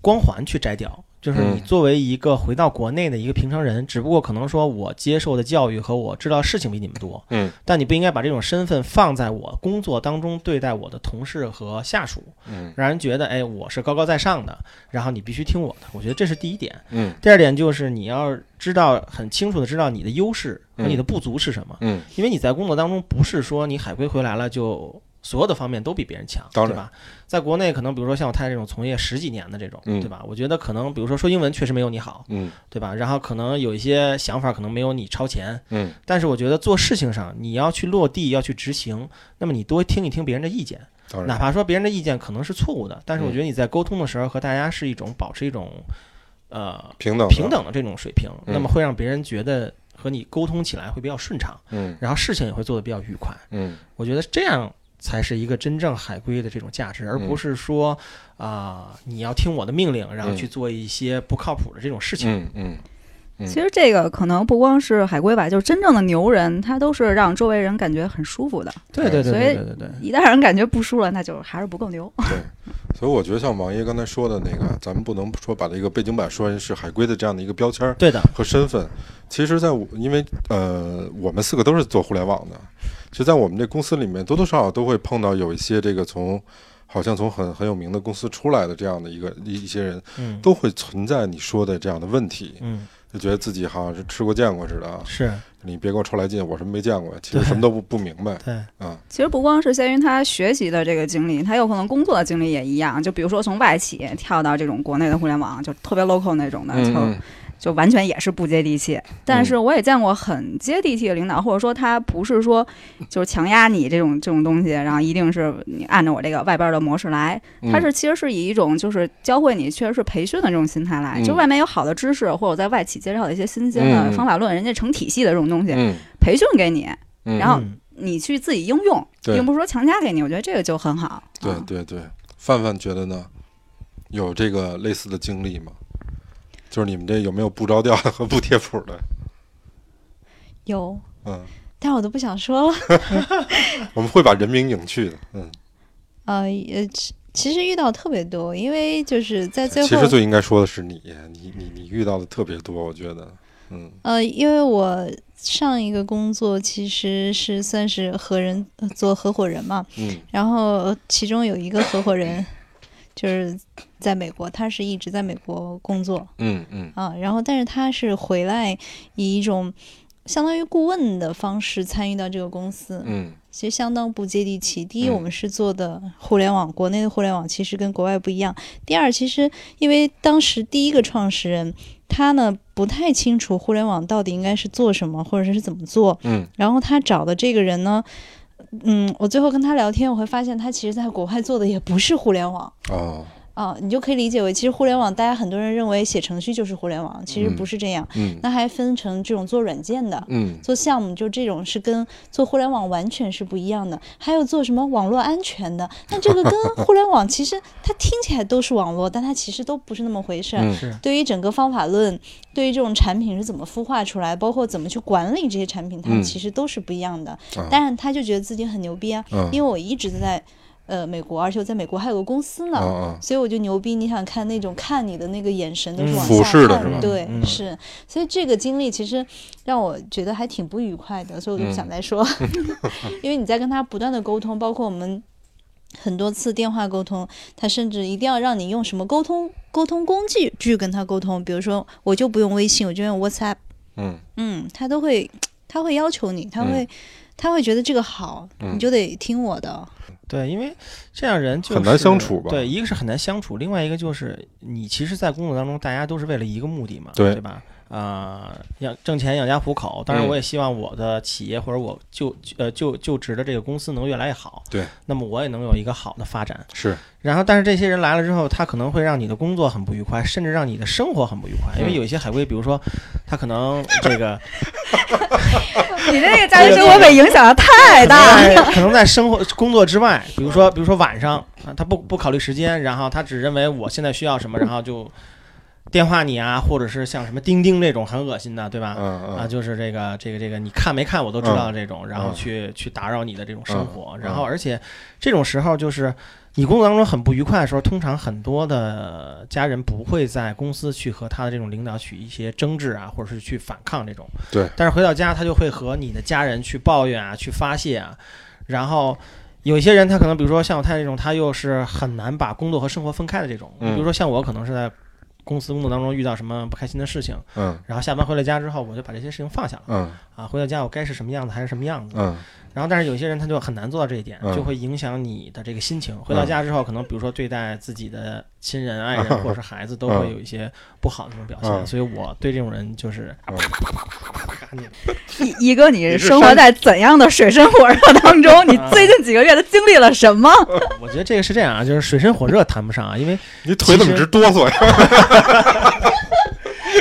Speaker 4: 光环去摘掉。就是你
Speaker 2: 嗯
Speaker 4: 作为一个回到国内的一个平常人，只不过可能说我接受的教育和我知道的事情比你们多，
Speaker 2: 嗯，
Speaker 4: 但你不应该把这种身份放在我工作当中对待我的同事和下属，
Speaker 2: 嗯
Speaker 4: 让人觉得哎我是高高在上的，然后你必须听我的。我觉得这是第一点。
Speaker 2: 嗯
Speaker 4: 第二点就是你要知道很清楚的知道你的优势和你的不足是什么，
Speaker 2: 嗯
Speaker 4: 因为你在工作当中不是说你海归回来了就所有的方面都比别人强，
Speaker 2: 当然
Speaker 4: 对吧？在国内可能比如说像我太太这种从业十几年的这种，
Speaker 2: 嗯
Speaker 4: 对吧？我觉得可能比如说说英文确实没有你好，
Speaker 2: 嗯
Speaker 4: 对吧？然后可能有一些想法可能没有你超前，
Speaker 2: 嗯
Speaker 4: 但是我觉得做事情上你要去落地，要去执行，那么你多听一听别人的意见，
Speaker 2: 当
Speaker 4: 哪
Speaker 2: 然，
Speaker 4: 怕说别人的意见可能是错误的，但是我
Speaker 2: 嗯
Speaker 4: 觉得你在沟通的时候和大家是一种保持一种呃
Speaker 2: 平等的
Speaker 4: 平，等的这种水平，
Speaker 2: 嗯
Speaker 4: 那么会让别人觉得和你沟通起来会比较顺畅，
Speaker 2: 嗯
Speaker 4: 然后事情也会做得比较愉快。
Speaker 2: 嗯
Speaker 4: 我觉得这样才是一个真正海归的这种价值，而
Speaker 2: 嗯
Speaker 4: 不是说啊、你要听我的命令，然后去做一些不靠谱的这种事情。
Speaker 2: 嗯嗯嗯
Speaker 6: 其实这个可能不光是海归吧，就是真正的牛人，他都是让周围人感觉很舒服的。
Speaker 4: 对对对
Speaker 6: 所
Speaker 4: 对
Speaker 6: 以
Speaker 4: 对对对，
Speaker 6: 一旦让人感觉不舒了，那就还是不够牛。
Speaker 2: 所以我觉得像王爷刚才说的那个，咱们不能说把这个背景板说成是海归的这样的一个标签儿
Speaker 4: 对的，
Speaker 2: 和身份。其实，在我因为呃，我们四个都是做互联网的，其实，在我们这公司里面，多多少少都会碰到有一些这个从好像从很很有名的公司出来的这样的一个一一些人，
Speaker 4: 嗯
Speaker 2: 都会存在你说的这样的问题，
Speaker 4: 嗯
Speaker 2: 就觉得自己好像是吃过见过似的啊。
Speaker 4: 是
Speaker 2: 你别给我抄来劲，我什么没见过，其实
Speaker 4: 对
Speaker 2: 什么都不不明白。啊
Speaker 4: 对
Speaker 6: 其实不光是限于他学习的这个经历，他有可能工作的经历也一样。就比如说从外企跳到这种国内的互联网，就特别 local 那种的，
Speaker 3: 嗯
Speaker 6: 就、就完全也是不接地气。但
Speaker 2: 嗯
Speaker 6: 是我也见过很接地气的领导，或者说他不是说就是强压你这种这种东西，然后一定是你按照我这个外边的模式来，
Speaker 2: 嗯
Speaker 6: 他是其实是以一种就是教会你，确实是培训的这种心态来，
Speaker 2: 嗯
Speaker 6: 就外面有好的知识，或者在外企介绍的一些新鲜
Speaker 2: 嗯
Speaker 6: 的
Speaker 2: 嗯
Speaker 6: 方法论，人家成体系的这种东西、
Speaker 2: 嗯
Speaker 6: 培训给你，
Speaker 2: 嗯，
Speaker 6: 然后
Speaker 4: 嗯
Speaker 6: 你去自己应用，
Speaker 2: 对
Speaker 6: 并不是说强加给你。我觉得这个就很好。
Speaker 2: 对
Speaker 6: 啊
Speaker 2: 对对，范范觉得呢，有这个类似的经历吗？就是你们这有没有不着调的和不贴谱的？
Speaker 3: 有，
Speaker 2: 嗯，
Speaker 3: 但我都不想说了。
Speaker 2: 我们会把人名隐去的。嗯，
Speaker 3: 呃，也其其实遇到特别多，因为就是在最
Speaker 2: 哎其
Speaker 3: 后，
Speaker 2: 实最应该说的是你，你你你遇到的特别多，我觉得。嗯
Speaker 3: 呃，因为我上一个工作其实是算是合人、呃做合伙人嘛，
Speaker 2: 嗯
Speaker 3: 然后其中有一个合伙人就是在美国，他是一直在美国工作
Speaker 2: 嗯嗯
Speaker 3: 啊，然后但是他是回来以一种相当于顾问的方式参与到这个公司，
Speaker 2: 嗯
Speaker 3: 其实相当不接地气。第一，
Speaker 2: 嗯
Speaker 3: 我们是做的互联网，国内的互联网其实跟国外不一样。第二，其实因为当时第一个创始人他呢不太清楚互联网到底应该是做什么，或者是怎么做，
Speaker 2: 嗯
Speaker 3: 然后他找的这个人呢。嗯，我最后跟他聊天，我会发现他其实在国外做的也不是互联网
Speaker 2: 哦
Speaker 3: 啊，你就可以理解为，其实互联网大家很多人认为写程序就是互联网，其实
Speaker 2: 嗯
Speaker 3: 不是这样。
Speaker 2: 嗯
Speaker 3: 那还分成这种做软件的，
Speaker 2: 嗯
Speaker 3: 做项目，就这种是跟做互联网完全是不一样的。还有做什么网络安全的，那这 个跟互联网其实它听起来都是网络，但它其实都不是那么回事儿。
Speaker 2: 嗯
Speaker 4: 是
Speaker 3: 对于整个方法论，对于这种产品是怎么孵化出来，包括怎么去管理这些产品，它
Speaker 2: 嗯
Speaker 3: 们其实都是不一样的。
Speaker 2: 啊
Speaker 3: 当然，他就觉得自己很牛逼啊，
Speaker 2: 嗯
Speaker 3: 因为我一直在呃美国，而且我在美国还有个公司呢。
Speaker 2: 啊啊
Speaker 3: 所以我就牛逼，你想看那种看你的那个眼神都是
Speaker 4: 嗯
Speaker 3: 往
Speaker 2: 俯
Speaker 3: 下
Speaker 2: 视的
Speaker 3: 看
Speaker 2: 是吧
Speaker 3: 对，
Speaker 4: 嗯
Speaker 3: 是。所以这个经历其实让我觉得还挺不愉快的，所以我就
Speaker 2: 嗯
Speaker 3: 不想再说， 因为你在跟他不断的沟通，包括我们很多次电话沟通，他甚至一定要让你用什么沟通沟通工具去跟他沟通，比如说我就不用微信，我就用 WhatsApp，
Speaker 2: 嗯
Speaker 3: 嗯，他都会他会要求你，他会、他会觉得这个好，
Speaker 2: 嗯
Speaker 3: 你就得听我的，
Speaker 4: 对，因为这样人就是
Speaker 2: 很难相处吧
Speaker 4: 对，一个是很难相处，另外一个就是你其实，在工作当中，大家都是为了一个目的嘛，
Speaker 2: 对
Speaker 4: 吧？啊、养挣钱养家糊口。当然，
Speaker 2: 嗯
Speaker 4: 我也希望我的企业或者我就呃就就职的这个公司能越来越好。
Speaker 2: 对，
Speaker 4: 那么我也能有一个好的发展。
Speaker 2: 是
Speaker 4: 然后，但是这些人来了之后，他可能会让你的工作很不愉快，甚至让你的生活很不愉快。因为
Speaker 2: 嗯
Speaker 4: 有一些海归，比如说他可能这个
Speaker 6: 你这个家庭生活被影响的太大
Speaker 4: 可
Speaker 6: 了。
Speaker 4: 能在可能在生活工作之外，比如说比如说晚上啊，他不不考虑时间，然后他只认为我现在需要什么，然后就电话你啊，或者是像什么钉钉这种很恶心的，对吧？
Speaker 2: 嗯
Speaker 4: 啊，
Speaker 2: 嗯
Speaker 4: 就是这个这个这个，你看没看我都知道这种，然后去去打扰你的这种生
Speaker 2: 嗯
Speaker 4: 活，然后而且这种时候就是你工作当中很不愉快的时候，通常很多的家人不会在公司去和他的这种领导去一些争执啊，或者是去反抗这种，
Speaker 2: 对，
Speaker 4: 但是回到家他就会和你的家人去抱怨啊，去发泄啊，然后。有一些人，他可能比如说像我太太这种，他又是很难把工作和生活分开的这种。
Speaker 2: 嗯
Speaker 4: 比如说像我，可能是在公司工作当中遇到什么不开心的事情，
Speaker 2: 嗯
Speaker 4: 然后下班回了家之后，我就把这些事情放下了
Speaker 2: 嗯
Speaker 4: 啊，回到家我该是什么样子还是什么样子。
Speaker 2: 嗯
Speaker 4: 然后，但是有些人他就很难做到这一点，
Speaker 2: 嗯
Speaker 4: 就会影响你的这个心情。回到家之后，可能比如说对待自己的亲人、爱人或者是孩子，都会有一些不好的这种表
Speaker 2: 嗯
Speaker 4: 现。所以我对这种人就是
Speaker 2: 嗯
Speaker 4: 赶紧
Speaker 6: 一一哥，
Speaker 2: 你
Speaker 6: 你
Speaker 2: 是啊
Speaker 6: 生活在怎样的水深火热 当中？你最近几个月都经历了什么？
Speaker 4: 我觉得这个是这样啊，就是水深火热谈不上啊，因为
Speaker 2: 你腿怎么直哆嗦呀？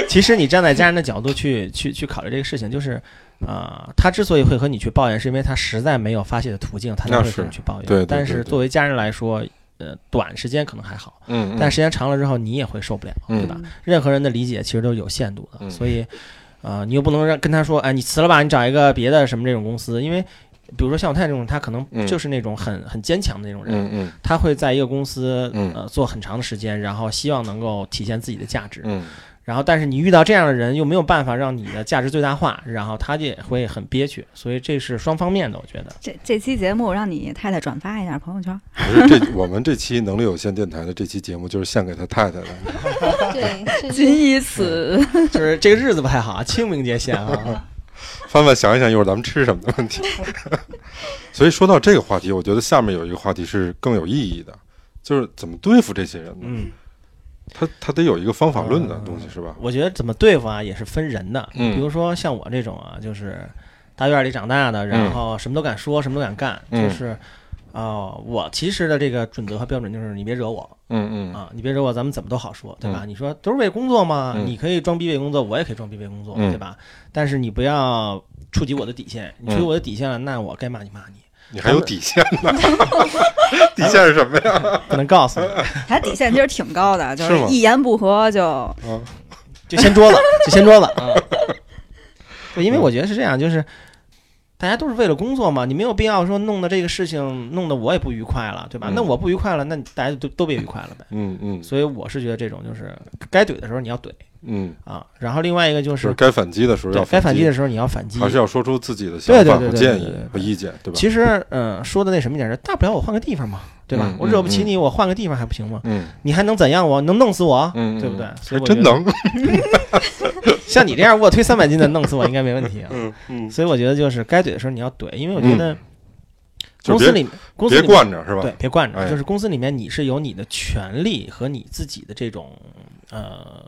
Speaker 4: 其实你站在家人的角度去去去考虑这个事情，就是，啊、他之所以会和你去抱怨，是因为他实在没有发泄的途径，他才
Speaker 2: 那
Speaker 4: 会
Speaker 2: 是
Speaker 4: 和你去抱怨。
Speaker 2: 对对
Speaker 4: 但
Speaker 2: 对
Speaker 4: 是
Speaker 2: 对
Speaker 4: 作为家人来说，呃，短时间可能还好，
Speaker 2: 嗯
Speaker 4: 但时间长了之后，你也会受不了，对吧？任何人的理解其实都是有限度的，
Speaker 2: 嗯
Speaker 4: 所以，呃，你又不能让跟他说，哎，你辞了吧，你找一个别的什么这种公司，因为。比如说像我太太这种，他可能
Speaker 2: 嗯
Speaker 4: 就是那种很、很坚强的那种人，
Speaker 2: 嗯嗯
Speaker 4: 他会在一个公司、
Speaker 2: 嗯
Speaker 4: 呃做很长的时间，然后希望能够体现自己的价值。
Speaker 2: 嗯
Speaker 4: 然后，但是你遇到这样的人，又没有办法让你的价值最大化，然后他也会很憋屈，所以这是双方面的，我觉得。
Speaker 6: 这这期节目让你太太转发一下朋友圈。
Speaker 2: 不是这我们这期能力有限电台的这期节目就是献给他太太的，
Speaker 3: 对，这是
Speaker 6: 仅以此，
Speaker 2: 嗯
Speaker 4: 就是这个日子不太好啊，清明节限啊。
Speaker 2: 翻翻想一想，一会儿咱们吃什么的问题。所以说到这个话题，我觉得下面有一个话题是更有意义的，就是怎么对付这些人呢？
Speaker 4: 嗯，
Speaker 2: 他他得有一个方法论的
Speaker 4: 嗯
Speaker 2: 东西是吧？
Speaker 4: 我觉得怎么对付啊，也是分人的。
Speaker 2: 嗯
Speaker 4: 比如说像我这种啊，就是大院里长大的，然后什么都敢说，什么都敢干，
Speaker 2: 嗯
Speaker 4: 就是。哦，我其实的这个准则和标准就是你别惹我
Speaker 2: 嗯嗯
Speaker 4: 啊，你别惹我，咱们怎么都好说，对吧？你说都是为工作嘛，
Speaker 2: 嗯
Speaker 4: 你可以装逼为工作，我也可以装逼为工作，
Speaker 2: 嗯
Speaker 4: 对吧？但是你不要触及我的底线，你触
Speaker 2: 嗯
Speaker 4: 及我的底线了，那我该骂你骂你，
Speaker 2: 你还有底线呢？ 底线是什么呀？
Speaker 4: 不能告诉你，
Speaker 6: 他底线其实挺高的，就是
Speaker 2: 吗
Speaker 6: 是一言不合就
Speaker 4: 就掀桌子，就掀桌子
Speaker 2: 嗯
Speaker 4: 啊！对，因为我觉得是这样，就是大家都是为了工作嘛，你没有必要说弄得这个事情弄得我也不愉快了，对吧？
Speaker 2: 嗯
Speaker 4: 那我不愉快了，那大家都都别愉快了呗。
Speaker 2: 嗯嗯
Speaker 4: 所以我是觉得这种就是该怼的时候你要怼
Speaker 2: 嗯，
Speaker 4: 啊，然后另外一个就
Speaker 2: 就是
Speaker 4: 是
Speaker 2: 该反击的时候要
Speaker 4: 对该反击的时候你要反击。
Speaker 2: 还是要说出自己的想
Speaker 4: 对对
Speaker 2: 法
Speaker 4: 对
Speaker 2: 和
Speaker 4: 对
Speaker 2: 建
Speaker 4: 对
Speaker 2: 议
Speaker 4: 对对对
Speaker 2: 和意见，对吧？
Speaker 4: 其实，嗯，说的那什么一点是，大不了我换个地方嘛，对吧
Speaker 2: 嗯？
Speaker 4: 我惹不起
Speaker 2: 嗯
Speaker 4: 你，我换个地方还不行吗？
Speaker 2: 嗯
Speaker 4: 你还能怎样我？能弄死我，
Speaker 2: 嗯，
Speaker 4: 对不对
Speaker 2: 嗯？
Speaker 4: 所以
Speaker 2: 还
Speaker 4: 我
Speaker 2: 真
Speaker 4: 觉得
Speaker 2: 能，
Speaker 4: 像你这样卧推三百斤的，弄死我应该没问题啊。
Speaker 2: 嗯嗯，
Speaker 4: 所以我觉得就是该怼的时候你要怼，因为我觉得
Speaker 2: 就
Speaker 4: 公
Speaker 2: 别
Speaker 4: 司里公司
Speaker 2: 别
Speaker 4: 里面
Speaker 2: 惯着是吧？
Speaker 4: 对别惯
Speaker 2: 哎
Speaker 4: 着，就是公司里面你是有你的权利和你自己的这种呃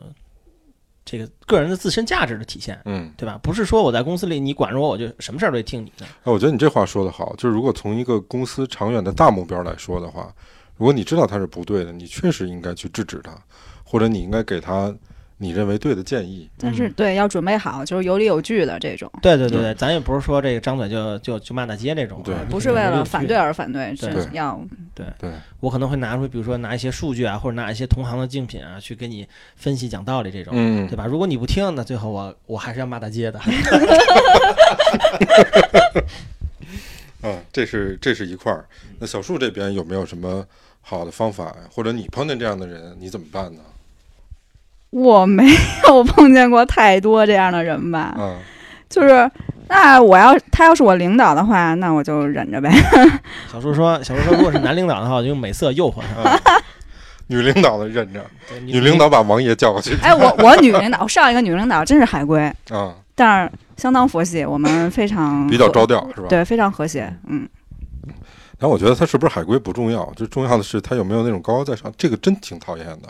Speaker 4: 这个个人的自身价值的体现，
Speaker 2: 嗯，
Speaker 4: 对吧？不是说我在公司里你管着我，我就什么事儿都得听你的。
Speaker 2: 哎，我觉得你这话说得好，就是如果从一个公司长远的大目标来说的话，如果你知道它是不对的，你确实应该去制止它，或者你应该给他你认为对的建议。
Speaker 6: 但是对要准备好，就是有理有据的这种，
Speaker 4: 对对对对，咱也不是说这个张嘴就就就骂大街这种啊，
Speaker 2: 对
Speaker 4: 就是
Speaker 6: 不是为
Speaker 4: 有理有
Speaker 6: 了
Speaker 4: 据
Speaker 6: 反对而反对，
Speaker 4: 对
Speaker 6: 是要
Speaker 2: 对，
Speaker 4: 我可能会拿出，比如说拿一些数据啊，或者拿一些同行的竞品啊，去给你分析讲道理这种，
Speaker 2: 嗯
Speaker 4: 对吧？如果你不听，那最后我我还是要骂大街的。
Speaker 2: 嗯，这是这是一块儿。那小树这边有没有什么好的方法呀？或者你碰见这样的人，你怎么办呢？
Speaker 6: 我没有碰见过太多这样的人吧，
Speaker 2: 啊，
Speaker 6: 就是那我要他要是我领导的话，那我就忍 着呗。
Speaker 4: 小叔说，小叔说，如果是男领导的话，我就用美色诱惑他。
Speaker 2: 女领导的认着，
Speaker 4: 对
Speaker 2: 女领导把王爷叫过去
Speaker 6: 哎，我我女领导，上一个女领导真是海归，
Speaker 2: 啊，
Speaker 6: 但是相当佛系，我们非常
Speaker 2: 比较
Speaker 6: 和
Speaker 2: 招调是吧？
Speaker 6: 对，非常和谐，嗯，
Speaker 2: 然后我觉得他是不是海归不重要，就重要的是他有没有那种高高在上，这个真挺讨厌的。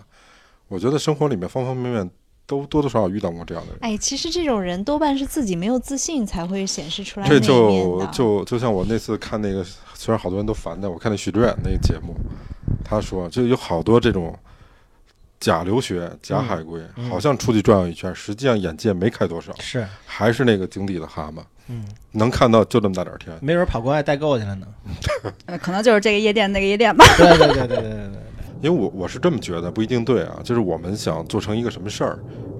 Speaker 2: 我觉得生活里面方方面面都多多少少遇到过这样的人，
Speaker 3: 哎，其实这种人多半是自己没有自信才会显示哎出来那
Speaker 2: 这
Speaker 3: 一面
Speaker 2: 就
Speaker 3: 的。
Speaker 2: 就就像我那次看那个，虽然好多人都烦的，我看那许志远那个节目，他说就有好多这种假留学、假海归，
Speaker 4: 嗯
Speaker 2: 好像出去转悠一圈，实际上眼界没开多少，
Speaker 4: 是，
Speaker 2: 还是那个井底的蛤蟆，
Speaker 4: 嗯，
Speaker 2: 能看到就这么大点儿天。
Speaker 4: 没 准跑国外代购去了呢。
Speaker 6: 呃可能就是这个夜店那个夜店吧。
Speaker 4: 对对对对对对对，
Speaker 2: 因为我我是这么觉得，不一定对啊。就是我们想做成一个什么事儿，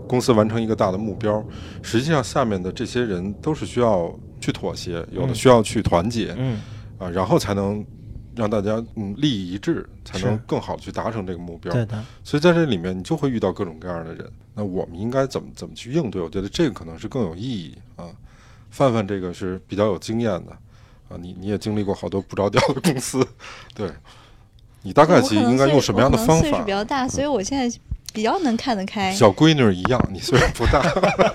Speaker 2: 公司完成一个大的目标，实际上下面的这些人都是需要去妥协，有的需要去团结啊、
Speaker 4: 嗯，
Speaker 2: 然后才能让大家嗯利益一致，才能
Speaker 4: 是
Speaker 2: 更好的去达成这个目标。
Speaker 4: 对的，
Speaker 2: 所以在这里面，你就会遇到各种各样的人。那我们应该怎么怎么去应对？我觉得这个可能是更有意义啊。范范这个是比较有经验的啊，你你也经历过好多不着调的公司，对，你大概
Speaker 3: 我
Speaker 2: 其
Speaker 3: 可
Speaker 2: 实
Speaker 3: 能
Speaker 2: 应该用
Speaker 3: 岁
Speaker 2: 什么样的
Speaker 3: 我可能
Speaker 2: 方
Speaker 3: 岁数
Speaker 2: 法嗯
Speaker 3: 比？较大，所以我现在比较能看得开。
Speaker 2: 小闺女儿一样，你岁数不大，那
Speaker 3: 不，我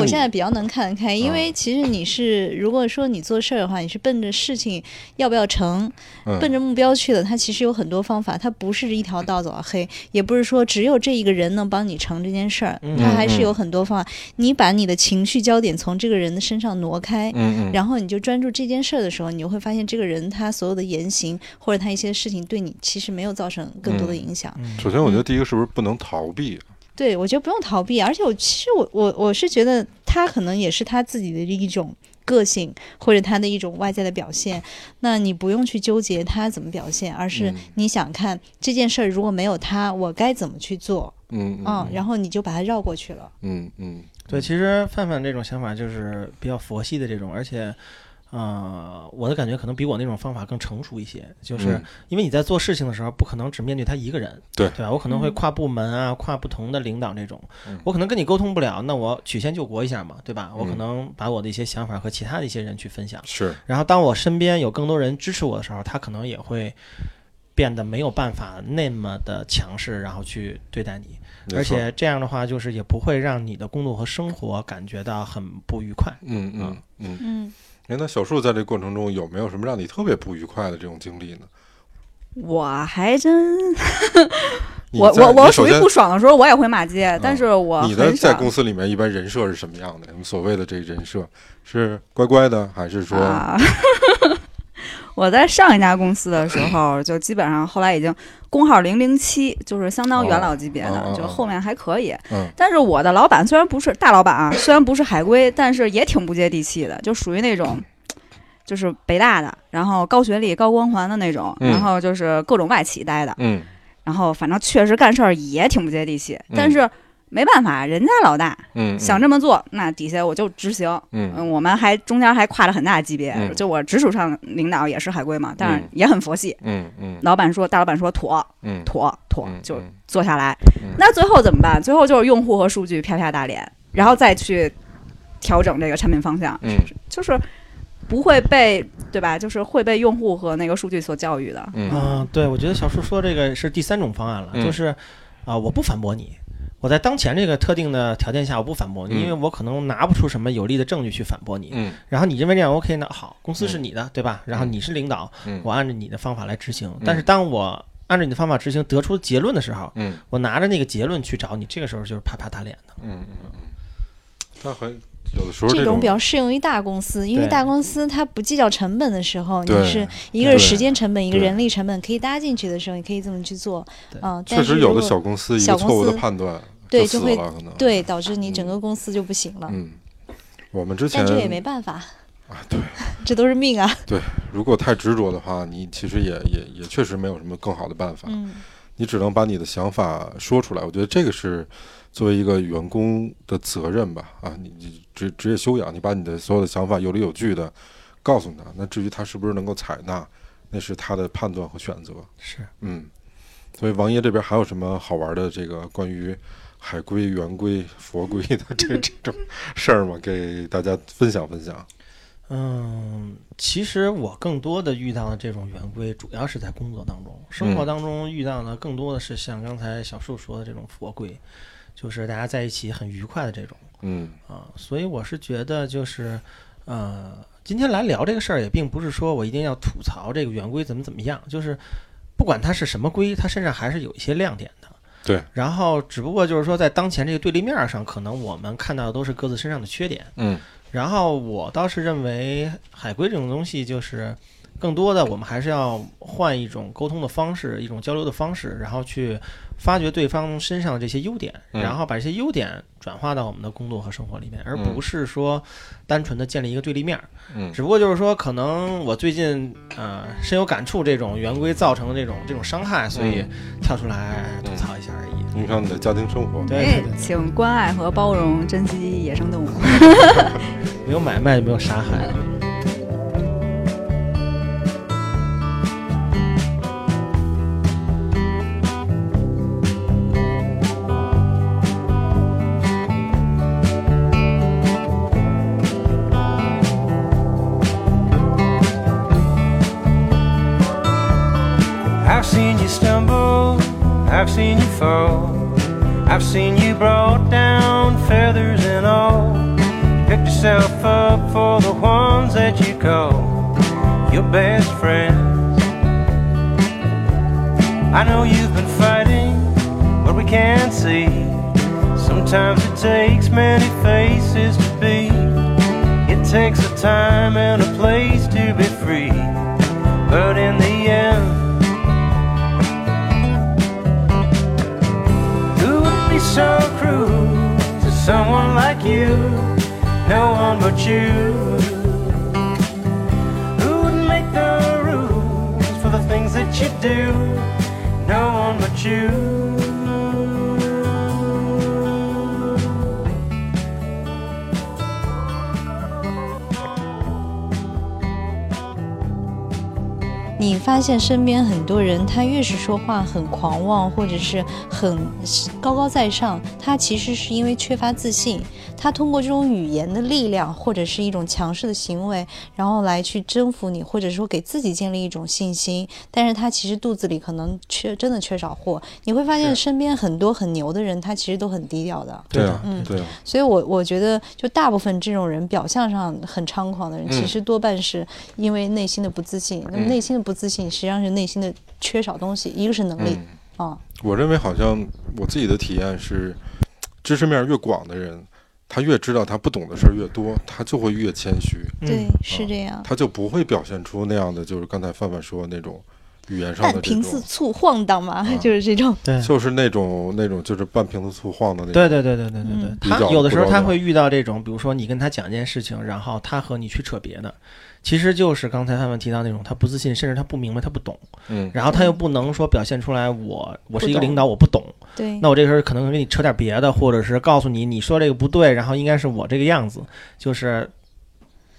Speaker 2: 你嗯
Speaker 3: 现在比较能看得开，因为其实你是，如果说你做事儿的话，你是奔着事情要不要成，奔
Speaker 2: 嗯，
Speaker 3: 着目标去的，它其实有很多方法，它不是一条道走到黑，也不是说只有这一个人能帮你成这件事儿，
Speaker 4: 嗯
Speaker 3: 它还是有很多方法。你把你的情绪焦点从这个人的身上挪开，
Speaker 2: 嗯嗯，
Speaker 3: 然后你就专注这件事儿的时候，你就会发现这个人他所有的言行或者他一些事情对你其实没有造成更多的影响。
Speaker 4: 嗯
Speaker 2: 首先我觉得第一个是不是不能逃避？
Speaker 3: 对，我觉得不用逃避，而且我其实我我我是觉得他可能也是他自己的一种个性，或者他的一种外在的表现。那你不用去纠结他怎么表现，而是
Speaker 2: 嗯
Speaker 3: 你想看这件事儿如果没有他，我该怎么去做
Speaker 2: 嗯
Speaker 3: 啊、
Speaker 2: 嗯
Speaker 3: 然后你就把它绕过去了。
Speaker 2: 嗯嗯
Speaker 4: 对，其实范范这种想法就是比较佛系的这种，而且，呃，我的感觉可能比我那种方法更成熟一些，就是
Speaker 2: 嗯
Speaker 4: 因为你在做事情的时候，不可能只面对他一个人，
Speaker 2: 对
Speaker 4: 对吧？我可能会跨部门啊，跨不同的领导这种
Speaker 2: 嗯，
Speaker 4: 我可能跟你沟通不了，那我曲线救国一下嘛，对吧？我可
Speaker 2: 嗯
Speaker 4: 能把我的一些想法和其他的一些人去分享，
Speaker 2: 是，
Speaker 4: 然后当我身边有更多人支持我的时候，他可能也会变得没有办法那么的强势，然后去对待你。
Speaker 2: 没
Speaker 4: 而
Speaker 2: 错
Speaker 4: 且这样的话，就是也不会让你的工作和生活感觉到很不愉快。
Speaker 2: 嗯嗯嗯，
Speaker 3: 嗯，
Speaker 2: 哎，那小树在这过程中有没有什么让你特别不愉快的这种经历呢？
Speaker 6: 我还真
Speaker 2: 你
Speaker 6: 我
Speaker 2: 在
Speaker 6: 我
Speaker 2: 你
Speaker 6: 我
Speaker 2: 首
Speaker 6: 属于
Speaker 2: 先啊
Speaker 6: 不爽的时候，我也会骂街，但是我
Speaker 2: 你的
Speaker 6: 很
Speaker 2: 在
Speaker 6: 少
Speaker 2: 公司里面一般人设是什么样的？你们所谓的这人设是乖乖的，还是说、
Speaker 6: 啊。 我在上一家公司的时候，就基本上后来已经工号零零七，就是相当元老级别
Speaker 2: 哦哦哦
Speaker 6: 的，就后面还可以
Speaker 2: 嗯。
Speaker 6: 但是我的老板虽然不是大老板啊，虽然不是海归，但是也挺不接地气的，就属于那种。就是北大的，然后高学历、高光环的那种，
Speaker 2: 嗯
Speaker 6: 然后就是各种外企待的，
Speaker 2: 嗯
Speaker 6: 然后反正确实干事儿也挺不接地气，
Speaker 2: 嗯
Speaker 6: 但是没办法，人家老大
Speaker 2: 嗯
Speaker 6: 想这么做，那底下我就执行。
Speaker 2: 嗯
Speaker 6: 嗯，我们还中间还跨了很大级别，
Speaker 2: 嗯
Speaker 6: 就我直属上领导也是海归嘛，但是
Speaker 2: 嗯
Speaker 6: 也很佛系。
Speaker 2: 嗯嗯
Speaker 6: 老板说，大老板说妥
Speaker 2: 嗯
Speaker 6: 妥妥
Speaker 2: 嗯，
Speaker 6: 就
Speaker 2: 嗯
Speaker 6: 坐下来。
Speaker 2: 嗯
Speaker 6: 那最后怎么办？最后就是用户和数据啪啪打脸，然后再去调整这个产品方向，
Speaker 2: 嗯
Speaker 6: 就是不会被对吧？就是会被用户和那个数据所教育的。
Speaker 2: 嗯嗯
Speaker 4: 嗯、对，我觉得小叔说这个是第三种方案了，
Speaker 2: 嗯
Speaker 4: 就是啊、我不反驳你。我在当前这个特定的条件下，我不反驳你，
Speaker 2: 嗯
Speaker 4: 因为我可能拿不出什么有力的证据去反驳你。
Speaker 2: 嗯
Speaker 4: 然后你认为这样 OK 那好，公司是你的，对吧？然后你是领导，
Speaker 2: 嗯
Speaker 4: 我按照你的方法来执行。但是当我按照你的方法执行得出结论的时候，
Speaker 2: 嗯
Speaker 4: 我拿着那个结论去找你，这个时候就是啪啪打脸的。
Speaker 2: 嗯，他很有的时候
Speaker 3: 这
Speaker 2: 种
Speaker 3: 种比较适用于大公司，因为
Speaker 4: 对
Speaker 3: 大公司它不计较成本的时候，你
Speaker 2: 对
Speaker 3: 是一个是
Speaker 2: 对
Speaker 3: 时间成本，一个
Speaker 2: 对
Speaker 3: 人力成本，可以搭进去的时候，你可以这么去做
Speaker 4: 对
Speaker 3: 啊、但
Speaker 2: 确
Speaker 3: 是
Speaker 2: 实有
Speaker 3: 如
Speaker 2: 的
Speaker 3: 果
Speaker 2: 小公司一
Speaker 3: 小
Speaker 2: 个
Speaker 3: 公
Speaker 2: 错误的
Speaker 3: 司
Speaker 2: 判断
Speaker 3: 对
Speaker 2: 死
Speaker 3: 就会
Speaker 2: 了，可能
Speaker 3: 对导致你整
Speaker 2: 嗯
Speaker 3: 个公司就不行了。
Speaker 2: 嗯，我们之前
Speaker 3: 但这个也没办法，
Speaker 2: 啊，对，
Speaker 3: 这都是命啊。
Speaker 2: 如果太执着的话，你其实也也也确实没有什么更好的办法。
Speaker 3: 嗯
Speaker 2: 你只能把你的想法说出来。我觉得这个是作为一个员工的责任吧，啊，你你职职业修养，你把你的所有的想法有理有据的告诉他。那至于他是不是能够采纳，那是他的判断和选择。
Speaker 4: 是，
Speaker 2: 嗯，所以王爷这边还有什么好玩的这个关于海归、圆规、佛规的这这种事儿吗？给大家分享分享。
Speaker 4: 嗯，其实我更多的遇到的这种圆规，主要是在工作当中，生活当中遇到的更多的是像刚才小树说的这种佛规，就是大家在一起很愉快的这种
Speaker 2: 嗯
Speaker 4: 啊。所以我是觉得就是，呃，今天来聊这个事儿，也并不是说我一定要吐槽这个圆规怎么怎么样，就是不管它是什么规，它身上还是有一些亮点的。
Speaker 2: 对，
Speaker 4: 然后只不过就是说，在当前这个对立面儿上，可能我们看到的都是各自身上的缺点。
Speaker 2: 嗯
Speaker 4: 然后我倒是认为海龟这种东西就是更多的我们还是要换一种沟通的方式，一种交流的方式，然后去发掘对方身上的这些优点，
Speaker 2: 嗯
Speaker 4: 然后把这些优点转化到我们的工作和生活里面，而
Speaker 2: 嗯
Speaker 4: 不是说单纯的建立一个对立面。
Speaker 2: 嗯
Speaker 4: 只不过就是说，可能我最近呃深有感触，这种圆规造成的这种这种伤害，所
Speaker 2: 嗯
Speaker 4: 以跳出来吐槽一下而已。
Speaker 2: 影响你的家庭生活。
Speaker 4: 对对对，
Speaker 6: 哎请关爱和包容，珍惜野生动物。
Speaker 4: 没有买卖就没有杀害。
Speaker 7: I've seen you stumble, I've seen you fall, I've seen you brought down, feathers and all. You picked yourself up for the ones that you call your best friends. I know you've been fighting, but we can't see. Sometimes it takes many faces to be. It takes a time and a place to be free. But in the end, Who would be so cruel to someone like you? No one but you. Who would make the rules for the things that you do? No one but you.
Speaker 3: 你发现身边很多人，他越是说话很狂妄，或者是很高高在上，他其实是因为缺乏自信。他通过这种语言的力量，或者是一种强势的行为，然后来去征服你，或者说给自己建立一种信心。但是他其实肚子里可能缺真的缺少货。你会发现身边很多很牛的人，他其实都很低调的。
Speaker 2: 对
Speaker 4: 对
Speaker 2: 啊
Speaker 4: 的，
Speaker 3: 嗯
Speaker 2: 对啊，
Speaker 3: 所以我，我觉得，就大部分这种人表象上很猖狂的人，
Speaker 2: 嗯
Speaker 3: 其实多半是因为内心的不自信。那么，
Speaker 2: 嗯
Speaker 3: 内心的不自信，实际上是内心的缺少东西，一个是能力
Speaker 2: 嗯，
Speaker 3: 啊、
Speaker 2: 我认为好像我自己的体验是，知识面越广的人，他越知道他不懂的事儿越多，他就会越谦虚，
Speaker 3: 对
Speaker 4: 嗯，，
Speaker 3: 是这样。
Speaker 2: 他就不会表现出那样的就是刚才范范说的那种语言上
Speaker 3: 但
Speaker 2: 的这
Speaker 3: 凭自
Speaker 2: 种，
Speaker 3: 醋晃荡嘛，
Speaker 6: 嗯
Speaker 3: 就是这种。
Speaker 4: 对。
Speaker 2: 就是那种那种就是半瓶子醋晃的那种。
Speaker 4: 对对对对对对对
Speaker 3: 嗯，
Speaker 4: 他
Speaker 2: 比较
Speaker 4: 有的时候
Speaker 2: 不着
Speaker 4: 他
Speaker 2: 调
Speaker 4: 会遇到这种，比如说你跟他讲一件事情，然后他和你去扯别的，其实就是刚才他们提到那种他不自信，甚至他不明白，他不懂，
Speaker 2: 嗯，
Speaker 4: 然后他又不能说表现出来我我是一个
Speaker 3: 不懂
Speaker 4: 领导我不懂，
Speaker 3: 对，
Speaker 4: 那我这个时候可能给你扯点别的，或者是告诉你你说这个不对，然后应该是我这个样子，就是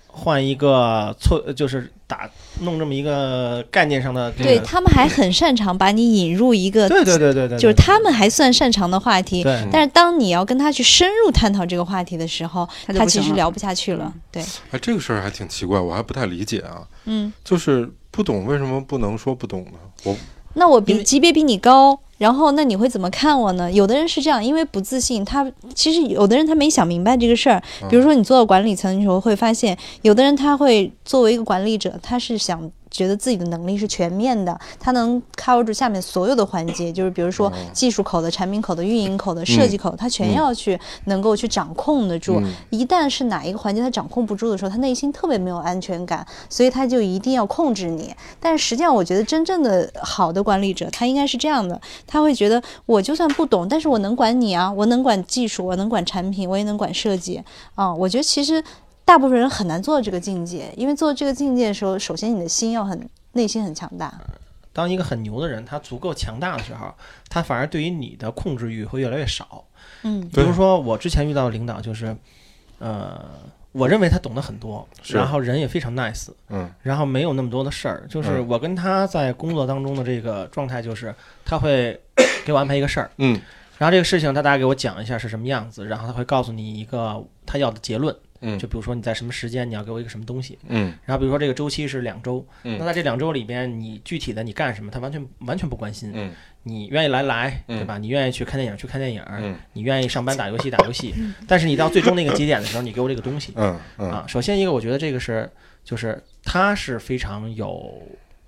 Speaker 4: 换一个错，就是打弄这么一个概念上的这
Speaker 3: 对
Speaker 4: 个
Speaker 3: 他们还很擅长把你引入一个，
Speaker 4: 嗯对对对对对，
Speaker 3: 就是
Speaker 4: 对
Speaker 3: 他们还算擅长的话题。
Speaker 4: 对。
Speaker 3: 但是，当你要跟他去深入探讨这个话题的时候，
Speaker 6: 他就
Speaker 3: 他
Speaker 6: 不
Speaker 3: 其
Speaker 6: 行
Speaker 3: 实
Speaker 6: 了嗯
Speaker 3: 聊不下去了。对，
Speaker 2: 哎，这个事儿还挺奇怪，我还不太理解啊，
Speaker 3: 嗯。
Speaker 2: 就是不懂为什么不能说不懂呢？我
Speaker 3: 那我
Speaker 4: 因
Speaker 3: 比
Speaker 4: 为
Speaker 3: 级别比你高，然后那你会怎么看我呢？有的人是这样，因为不自信，他其实有的人他没想明白这个事儿。
Speaker 4: 嗯
Speaker 3: 比如说你做到管理层的时候，会发现有的人他会作为一个管理者，他是想。觉得自己的能力是全面的，他能 cover 住下面所有的环节，就是比如说
Speaker 4: 嗯
Speaker 2: 哦
Speaker 3: 技术口的、产品口的、运营口的、设计口的，他全要去能够去掌控得住。
Speaker 2: 嗯
Speaker 3: 一旦是哪一个环节他掌控不住的时候，他内心特别没有安全感，所以他就一定要控制你。但是实际上，我觉得真正的好的管理者，他应该是这样的：他会觉得我就算不懂，但是我能管你啊，我能管技术，我能管产品，我也能管设计啊、我觉得其实大部分人很难做到这个境界，因为做到这个境界的时候，首先你的心要很内心很强大。
Speaker 4: 当一个很牛的人他足够强大的时候，他反而对于你的控制欲会越来越少。
Speaker 3: 嗯
Speaker 4: 比
Speaker 2: 对
Speaker 4: 如说我之前遇到的领导就是，呃，我认为他懂得很多，
Speaker 2: 是
Speaker 4: 然后人也非常 nice，
Speaker 2: 嗯，
Speaker 4: 然后没有那么多的事儿。就是
Speaker 2: 嗯
Speaker 4: 我跟他在工作当中的这个状态，就是他会 给我安排一个事儿，
Speaker 2: 嗯
Speaker 4: 然后这个事情他大概给我讲一下是什么样子，然后他会告诉你一个他要的结论。
Speaker 2: 嗯
Speaker 4: 就比如说你在什么时间你要给我一个什么东西，
Speaker 2: 嗯
Speaker 4: 然后比如说这个周期是两周，
Speaker 2: 嗯
Speaker 4: 那在这两周里边你具体的你干什么，他完全完全不关心。
Speaker 2: 嗯
Speaker 4: 你愿意来来，
Speaker 2: 嗯
Speaker 4: 对吧？你愿意去看电影去看电影，
Speaker 2: 嗯
Speaker 4: 你愿意上班打游戏打游戏，但是你到最终那个节点的时候，你给我这个东西
Speaker 2: 嗯嗯
Speaker 4: 啊。首先一个，我觉得这个是就是他是非常有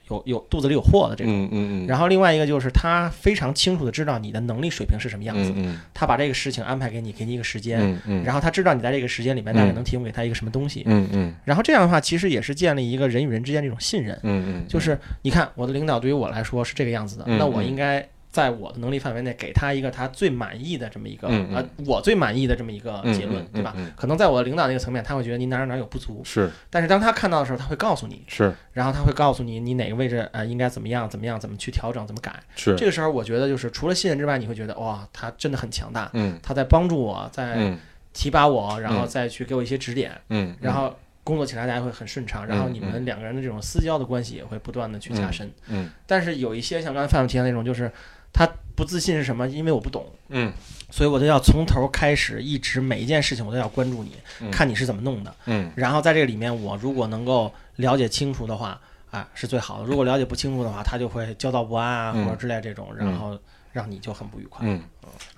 Speaker 4: 有有肚子里有货的这种。
Speaker 2: 嗯嗯嗯，
Speaker 4: 然
Speaker 2: 后
Speaker 4: 后另外一个就是他非常清楚的知道你的能力水平是什么样子，
Speaker 2: 嗯
Speaker 4: 他把这个事情安排给你，给你一个时间，
Speaker 2: 嗯嗯，
Speaker 4: 然后他知道你在这个时间里面大概能提供给他一个什么东西。
Speaker 2: 嗯嗯
Speaker 4: 然后这样的话，其实也是建立一个人与人之间这种信任。
Speaker 2: 嗯嗯，
Speaker 4: 就是你看我的领导对于我来说是这个样子的，
Speaker 2: 嗯
Speaker 4: 那我
Speaker 2: 嗯
Speaker 4: 应该在我的能力范围内给他一个他最满意的这么一个、
Speaker 2: 嗯嗯
Speaker 4: 呃我最满意的这么一个
Speaker 2: 嗯
Speaker 4: 结论，
Speaker 2: 嗯
Speaker 4: 对吧？
Speaker 2: 嗯嗯
Speaker 4: 可能在我领导那个层面，他会觉得你哪儿哪儿有不足，
Speaker 2: 是
Speaker 4: 但是当他看到的时候，他会告诉你，
Speaker 2: 是
Speaker 4: 然后他会告诉你你哪个位置呃应该怎么样怎么样怎么去调整怎么改。
Speaker 2: 是，
Speaker 4: 这个时候我觉得就是除了信任之外，你会觉得哇他真的很强大，
Speaker 2: 嗯
Speaker 4: 他在帮助我，在
Speaker 2: 嗯
Speaker 4: 提拔我，然后
Speaker 2: 嗯
Speaker 4: 再去给我一些指点，
Speaker 2: 嗯，
Speaker 4: 然后工作起来大家会很顺畅，然后
Speaker 2: 嗯
Speaker 4: 你们两个人的这种私交的关系也会不断的去加深。
Speaker 2: 嗯
Speaker 4: 但是有一些像刚才范范提到那种，就是他不自信是什么？因为我不懂，
Speaker 2: 嗯
Speaker 4: 所以我就要从头开始，一直每一件事情我都要关注你，
Speaker 2: 嗯
Speaker 4: 看你是怎么弄的。
Speaker 2: 嗯
Speaker 4: 然后在这个里面，我如果能够了解清楚的话，啊，是最好的；如果了解不清楚的话，他就会焦躁不安啊，
Speaker 2: 嗯
Speaker 4: 或者之类这种，然后让你就很不愉快。
Speaker 2: 嗯，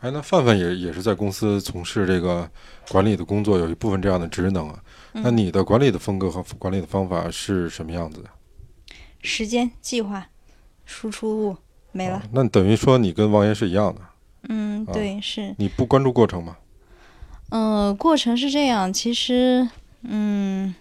Speaker 2: 哎，那范范也也是在公司从事这个管理的工作，有一部分这样的职能啊。
Speaker 3: 嗯
Speaker 2: 那你的管理的风格和管理的方法是什么样子的？
Speaker 3: 时间计划，输出物没了。
Speaker 2: 哦那等于说你跟王岩是一样的，
Speaker 3: 嗯，
Speaker 2: 啊
Speaker 3: 对，是。
Speaker 2: 你不关注过程吗？
Speaker 3: 嗯，过程是这样，其实，嗯，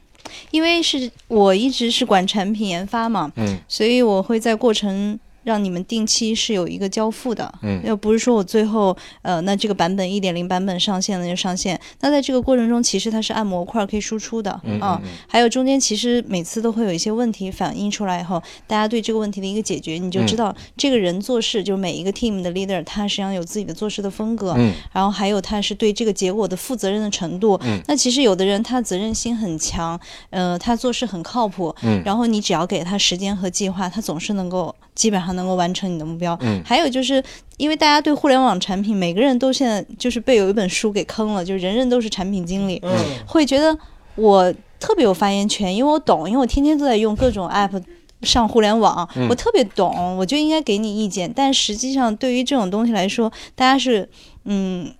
Speaker 3: 因为是我一直是管产品研发嘛，
Speaker 2: 嗯
Speaker 3: 所以我会在过程让你们定期是有一个交付的。
Speaker 2: 嗯
Speaker 3: 要不是说我最后，呃，那这个版本一点零版本上线了就上线，那在这个过程中，其实它是按模块可以输出的，
Speaker 2: 嗯
Speaker 3: 啊，还有中间其实每次都会有一些问题反映出来以后，大家对这个问题的一个解决，你就
Speaker 2: 嗯
Speaker 3: 知道这个人做事，就是每一个 team 的 leader，他实际上有自己的做事的风格，
Speaker 2: 嗯
Speaker 3: 然后还有他是对这个结果的负责任的程度。
Speaker 2: 嗯
Speaker 3: 那其实有的人他责任心很强，呃，他做事很靠谱，
Speaker 2: 嗯
Speaker 3: 然后你只要给他时间和计划，他总是能够基本上能够完成你的目标。
Speaker 2: 嗯
Speaker 3: 还有就是因为大家对互联网产品，每个人都现在就是被有一本书给坑了，就是人人都是产品经理，
Speaker 4: 嗯
Speaker 3: 会觉得我特别有发言权，因为我懂，因为我天天都在用 各种 app。上互联网
Speaker 2: 嗯，
Speaker 3: 我特别懂，我就应该给你意见。但实际上，对于这种东西来说，大家是，嗯，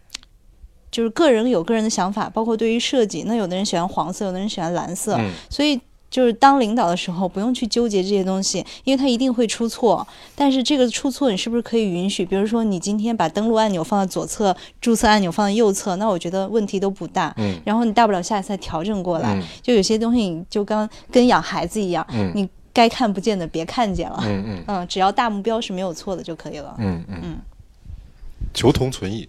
Speaker 3: 就是个人有个人的想法，包括对于设计，那有的人喜欢黄色，有的人喜欢蓝色，
Speaker 2: 嗯
Speaker 3: 所以就是当领导的时候，不用去纠结这些东西，因为他一定会出错。但是这个出错，你是不是可以允许？比如说，你今天把登录按钮放在左侧，注册按钮放在右侧，那我觉得问题都不大。
Speaker 2: 嗯
Speaker 3: 然后你大不了下一次再调整过来。
Speaker 2: 嗯
Speaker 3: 就有些东西，你就刚跟养孩子一样，
Speaker 2: 嗯
Speaker 3: 你该看不见的别看见了。
Speaker 2: 嗯嗯
Speaker 3: 嗯，只要大目标是没有错的就可以了。
Speaker 2: 嗯嗯，求同存异。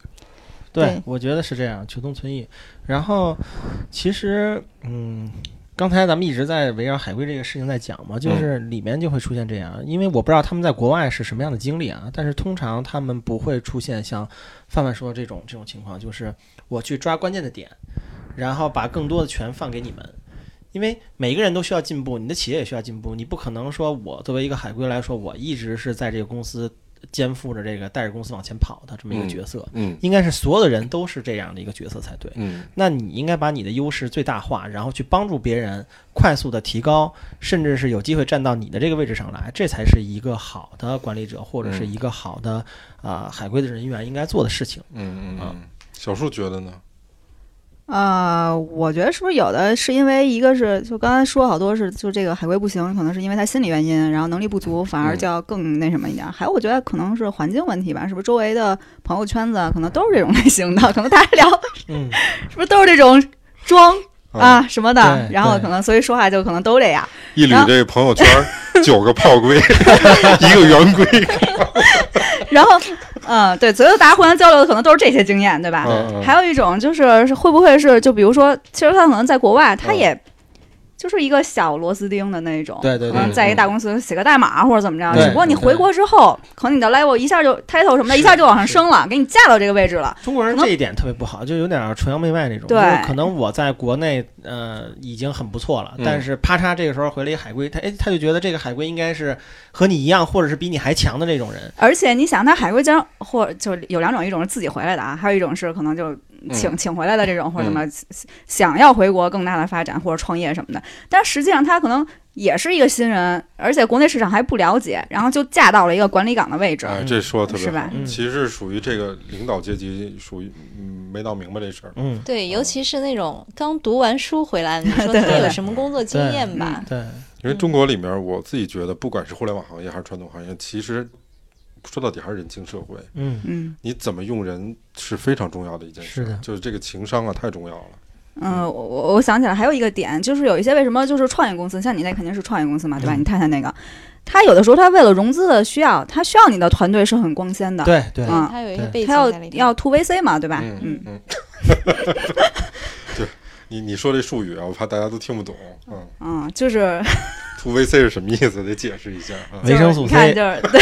Speaker 4: 对
Speaker 3: 对，
Speaker 4: 我觉得是这样，求同存异。然后，其实，嗯，刚才咱们一直在围绕海归这个事情在讲嘛，就是里面就会出现这样，因为我不知道他们在国外是什么样的经历啊，但是通常他们不会出现像范范说的这种这种情况，就是我去抓关键的点，然后把更多的权放给你们。因为每个人都需要进步，你的企业也需要进步，你不可能说我作为一个海归来说，我一直是在这个公司肩负着这个带着公司往前跑的这么一个
Speaker 2: 嗯
Speaker 4: 角色，
Speaker 2: 嗯
Speaker 4: 应该是所有的人都是这样的一个角色才对。
Speaker 2: 嗯
Speaker 4: 那你应该把你的优势最大化，然后去帮助别人快速的提高，甚至是有机会站到你的这个位置上来，这才是一个好的管理者或者是一个好的啊、呃海归的人员应该做的事情。
Speaker 2: 嗯嗯，小树觉得呢？
Speaker 6: 呃，我觉得是不是有的是因为一个是就刚才说好多是就这个海归不行，可能是因为他心理原因，然后能力不足，反而
Speaker 2: 嗯
Speaker 6: 就要更那什么一点。还有我觉得可能是环境问题吧，是不是周围的朋友圈子啊可能都是这种类型的，可能大家聊
Speaker 4: 嗯，
Speaker 6: 是不是都是这种装啊什么的，
Speaker 4: 对
Speaker 6: 然后
Speaker 4: 对
Speaker 6: 可能所以说话就可能都这样。
Speaker 2: 一捋这朋友圈 九个炮 龟，一个圆规。
Speaker 6: 然后，嗯，对，所以大家互相交流的可能都是这些经验，对吧？
Speaker 2: 嗯嗯
Speaker 6: 还有一种就是是会不会是就比如说，其实他可能在国外，
Speaker 4: 嗯
Speaker 6: 他也就是一个小螺丝钉的那种，
Speaker 4: 对对
Speaker 6: 可能
Speaker 4: 对，
Speaker 6: 在一个大公司写个代码或者怎么着，
Speaker 4: 对
Speaker 6: 只不过你回国之后，可能你的 level 一下就 title 什么的，
Speaker 4: 是
Speaker 6: 一下就往上升了，给你架到这个位置了。
Speaker 4: 中国人
Speaker 6: 可能
Speaker 4: 这一点特别不好，就有点崇洋媚外那种。
Speaker 6: 对
Speaker 4: 就是可能我在国内呃已经很不错了，
Speaker 2: 嗯
Speaker 4: 但是啪嚓这个时候回了一海归，他哎他就觉得这个海归应该是和你一样，或者是比你还强的这种人。
Speaker 6: 而且你想，他海归经或者就有两种，一种是自己回来的啊，还有一种是可能就请、请回来的这种，或者怎么、想要回国更大的发展或者创业什么的。但实际上他可能也是一个新人，而且国内市场还不了解，然后就嫁到了一个管理岗的位置，
Speaker 2: 哎，这说的特别
Speaker 6: 是
Speaker 2: 好。
Speaker 6: 吧？
Speaker 4: 嗯
Speaker 2: 其实是属于这个领导阶级，属于嗯没闹明白这事儿。
Speaker 4: 嗯，
Speaker 8: 对，尤其是那种刚读完书回来，你说
Speaker 6: 对
Speaker 8: 他有
Speaker 6: 对
Speaker 8: 什么工作经验吧？
Speaker 4: 对。
Speaker 6: 嗯
Speaker 2: 因为中国里面，我自己觉得，不管是互联网行业还是传统行业，其实说到底还是人情社会，
Speaker 4: 嗯，
Speaker 6: 嗯。
Speaker 2: 你怎么用人是非常重要的一件事，
Speaker 4: 是的
Speaker 2: 就是这个情商啊太重要了。
Speaker 6: 嗯，我我我想起来还有一个点，就是有一些为什么就是创业公司，像你那肯定是创业公司嘛，对吧？你太太那个，他有的时候他为了融资的需要，他需要你的团队是很光鲜的，
Speaker 4: 对对，
Speaker 6: 嗯
Speaker 3: 它有一
Speaker 4: 对
Speaker 3: 些背景
Speaker 6: 他要
Speaker 3: 在里面
Speaker 6: 要 to VC 嘛，对吧？嗯，
Speaker 2: 嗯， 就是你你说这术语啊，我怕大家都听不懂。嗯
Speaker 6: 嗯，就是
Speaker 2: ，to VC 是什么意思？得解释一下啊。
Speaker 4: 维生素
Speaker 6: 你看
Speaker 4: C，
Speaker 6: 就是对，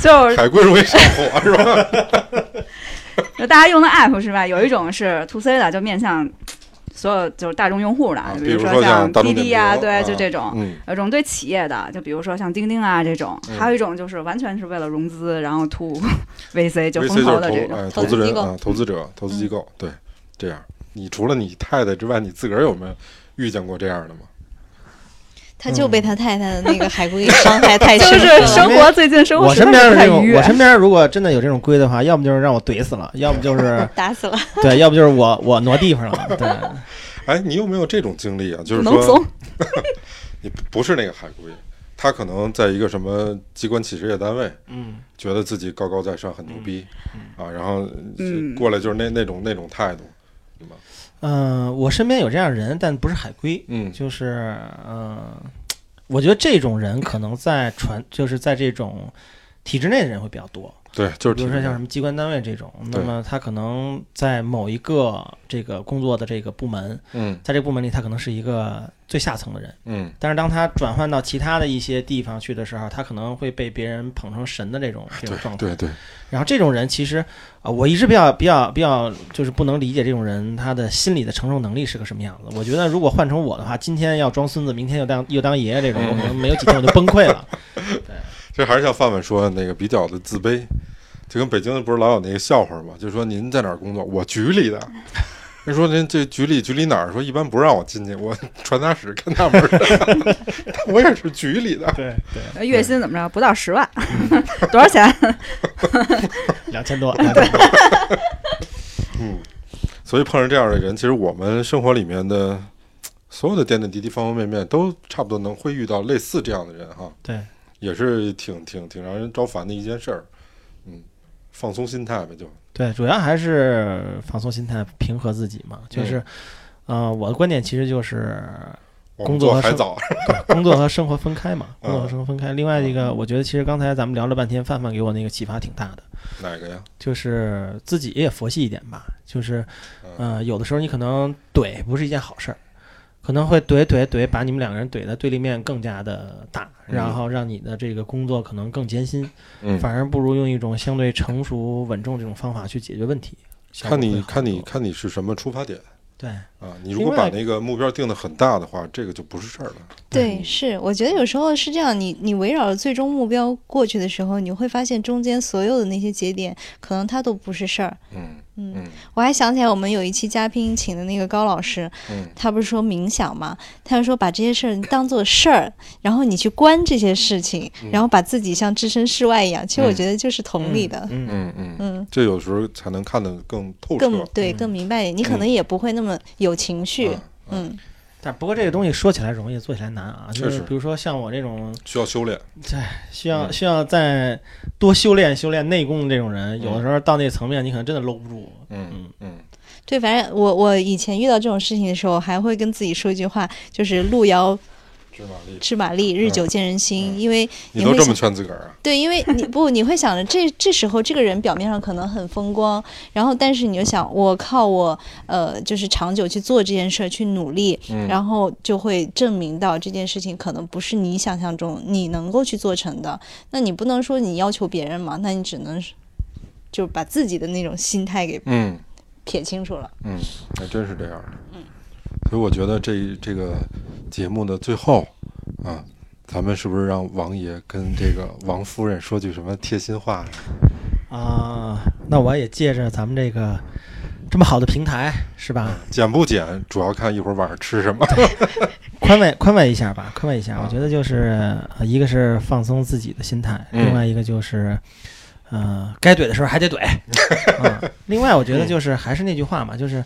Speaker 6: 就是
Speaker 2: 海龟容易上火啊是吧？
Speaker 6: 就大家用的 app 是吧？有一种是 to C 的，就面向所有就是大众用户的
Speaker 2: 啊，
Speaker 6: 比
Speaker 2: 比如说
Speaker 6: 说
Speaker 2: 像大众
Speaker 6: 滴滴呀，
Speaker 2: 点评啊
Speaker 6: 对，就这种。
Speaker 2: 嗯，
Speaker 6: 有一种对企业的，就比如说像钉钉啊这种，
Speaker 2: 嗯
Speaker 6: 还有一种就是完全是为了融资，然后 to VC 就
Speaker 2: VC
Speaker 6: 风投的
Speaker 2: 就
Speaker 6: 这
Speaker 2: 是投哎
Speaker 3: 投
Speaker 6: 种。
Speaker 2: 投资
Speaker 3: 资机
Speaker 2: 人
Speaker 3: 构
Speaker 2: 啊，投资
Speaker 6: 嗯
Speaker 2: 者、投资机构，对，这样。你除了你太太之外，你自个儿有没有遇见过这样的吗？
Speaker 3: 他就被他太太的那个海龟伤害太
Speaker 6: 就
Speaker 3: 深
Speaker 6: 是
Speaker 3: 刻了。
Speaker 6: 生活最近生活
Speaker 4: 我
Speaker 6: 实
Speaker 4: 身
Speaker 6: 在
Speaker 4: 边
Speaker 6: 是
Speaker 4: 的
Speaker 6: 不
Speaker 4: 这
Speaker 6: 太
Speaker 4: 种
Speaker 6: 愉，
Speaker 4: 我
Speaker 6: 悦。
Speaker 4: 身边如果真的有这种龟的话，要么就是让我怼死了，要么就是
Speaker 3: 打死了，
Speaker 4: 对，要不就是我我挪地方了，对，
Speaker 2: 哎，你有没有这种经历啊？就是
Speaker 6: 能
Speaker 2: 说
Speaker 6: 怂，
Speaker 2: 你不不是那个海龟，他可能在一个什么机关企事业单位，
Speaker 4: 嗯，
Speaker 2: 觉得自己高高在上，很牛逼，啊，然后
Speaker 6: 嗯
Speaker 2: 过来就是那那种那种态度，对吧？
Speaker 4: 呃，我身边有这样人，但不是海龟，
Speaker 2: 嗯
Speaker 4: 就是呃，我觉得这种人可能在传，就是在这种体制内的人会比较多，
Speaker 2: 对，就是
Speaker 4: 比如说
Speaker 2: 挺
Speaker 4: 像什么机关单位这种，那
Speaker 2: 对
Speaker 4: 么他可能在某一个这个工作的这个部门，
Speaker 2: 嗯
Speaker 4: 在这个部门里，他可能是一个最下层的人，
Speaker 2: 嗯，
Speaker 4: 但是当他转换到其他的一些地方去的时候，他可能会被别人捧成神的这 种这种状
Speaker 2: 对
Speaker 4: 态。
Speaker 2: 对对，
Speaker 4: 然后这种人其实啊、我一直比较比较比较就是不能理解这种人他的心理的承受能力是个什么样子。我觉得如果换成我的话，今天要装孙子，明天又当又当爷爷这种，我可能没有几天我就崩溃了。
Speaker 2: 这还是像范范说的那个比较的自卑，就跟北京不是老有那个笑话嘛，就说您在哪儿工作？我局里的。人说您这局里局里哪儿？说一般不让我进去，我传达室看大门儿。但我也是局里的，
Speaker 4: 对对，
Speaker 6: 月薪怎么着？不到十 万，多少钱？
Speaker 4: 两千多，两千多
Speaker 2: 嗯，所以碰上这样的人，其实我们生活里面的所有的点点滴滴、方方面面，都差不多能会遇到类似这样的人哈，
Speaker 4: 对，
Speaker 2: 也是挺挺挺让人招烦的一件事儿。嗯，放松心态呗，就
Speaker 4: 对，主要还是放松心态，平和自己嘛。就是，呃，我的观点其实就是
Speaker 2: 我们
Speaker 4: 工作
Speaker 2: 做
Speaker 4: 和
Speaker 2: 还
Speaker 4: 生
Speaker 2: 早，
Speaker 4: 工作和生活分开嘛，
Speaker 2: 嗯
Speaker 4: 工作和生活分开。另外一个，我觉得其实刚才咱们聊了半天，范范给我那个启发挺大的，
Speaker 2: 哪个呀？
Speaker 4: 就是自己也佛系一点吧。就是，
Speaker 2: 嗯
Speaker 4: 呃，有的时候你可能怼不是一件好事儿，可能会怼怼怼，把你们两个人怼的对立面更加的大，
Speaker 2: 嗯
Speaker 4: 然后让你的这个工作可能更艰辛，
Speaker 2: 嗯，
Speaker 4: 反而不如用一种相对成熟稳重这种方法去解决问题。效果
Speaker 2: 看你
Speaker 4: 会好
Speaker 2: 看
Speaker 4: 很
Speaker 2: 你
Speaker 4: 多
Speaker 2: 看你是什么出发点
Speaker 4: 对。
Speaker 2: 啊？你如果
Speaker 4: 另
Speaker 2: 把
Speaker 4: 外
Speaker 2: 那个目标定的很大的话，这个就不是事儿了。
Speaker 3: 对，是，我觉得有时候是这样，你你围绕着最终目标过去的时候，你会发现中间所有的那些节点，可能它都不是事儿。
Speaker 2: 嗯
Speaker 3: 嗯，
Speaker 2: 嗯
Speaker 3: 我还想起来，我们有一期嘉宾请的那个高老师，
Speaker 2: 嗯，
Speaker 3: 他不是说冥想嘛，他就说把这些事儿当做事儿，然后你去观这些事情，然后把自己像置身事外一样。其实我
Speaker 2: 嗯
Speaker 3: 觉得就是同理的，
Speaker 4: 嗯，嗯
Speaker 2: 嗯嗯，
Speaker 3: 嗯，
Speaker 2: 这有时候才能看得更透彻。
Speaker 3: 更对更明白一点，你可能也不会那么有情绪
Speaker 2: 嗯，
Speaker 3: 嗯，
Speaker 4: 但不过这个东西说起来容易，做起来难啊。就
Speaker 2: 确
Speaker 4: 是
Speaker 2: 实
Speaker 4: 比如说像我这种
Speaker 2: 需要修炼。
Speaker 4: 需要
Speaker 2: 嗯
Speaker 4: 需要再多修炼修炼内功的这种人，有的时候到那层面，你可能真的搂不住。
Speaker 2: 嗯嗯
Speaker 3: 对，反正我我以前遇到这种事情的时候，还会跟自己说一句话，就是路遥
Speaker 2: 芝麻粒，
Speaker 3: 知马力，日久见人心。
Speaker 2: 嗯
Speaker 3: 因为
Speaker 2: 你
Speaker 3: 你
Speaker 2: 都
Speaker 3: 会
Speaker 2: 这么
Speaker 3: 想
Speaker 2: 劝自个儿啊？
Speaker 3: 对，因为你不你会想着这这时候这个人表面上可能很风光，然后但是你就想我靠我呃就是长久去做这件事儿去努力，
Speaker 2: 嗯
Speaker 3: 然后就会证明到这件事情可能不是你想象中你能够去做成的。那你不能说你要求别人嘛，那你只能是就把自己的那种心态给
Speaker 2: 嗯
Speaker 3: 撇清楚了。
Speaker 2: 嗯，还真是这样的。嗯，所以我觉得这这个节目的最后啊，咱们是不是让王爷跟这个王夫人说句什么贴心话呀？
Speaker 4: 啊、那我也借着咱们这个这么好的平台，是吧？
Speaker 2: 减不减，主要看一会儿晚上吃什么。
Speaker 4: 宽慰宽慰一下吧，宽慰一下。
Speaker 2: 啊
Speaker 4: 我觉得就是、呃一个是放松自己的心态，
Speaker 2: 嗯
Speaker 4: 另外一个就是，呃，该怼的时候还得 怼。嗯啊，另外我觉得就是还是那句话嘛，就是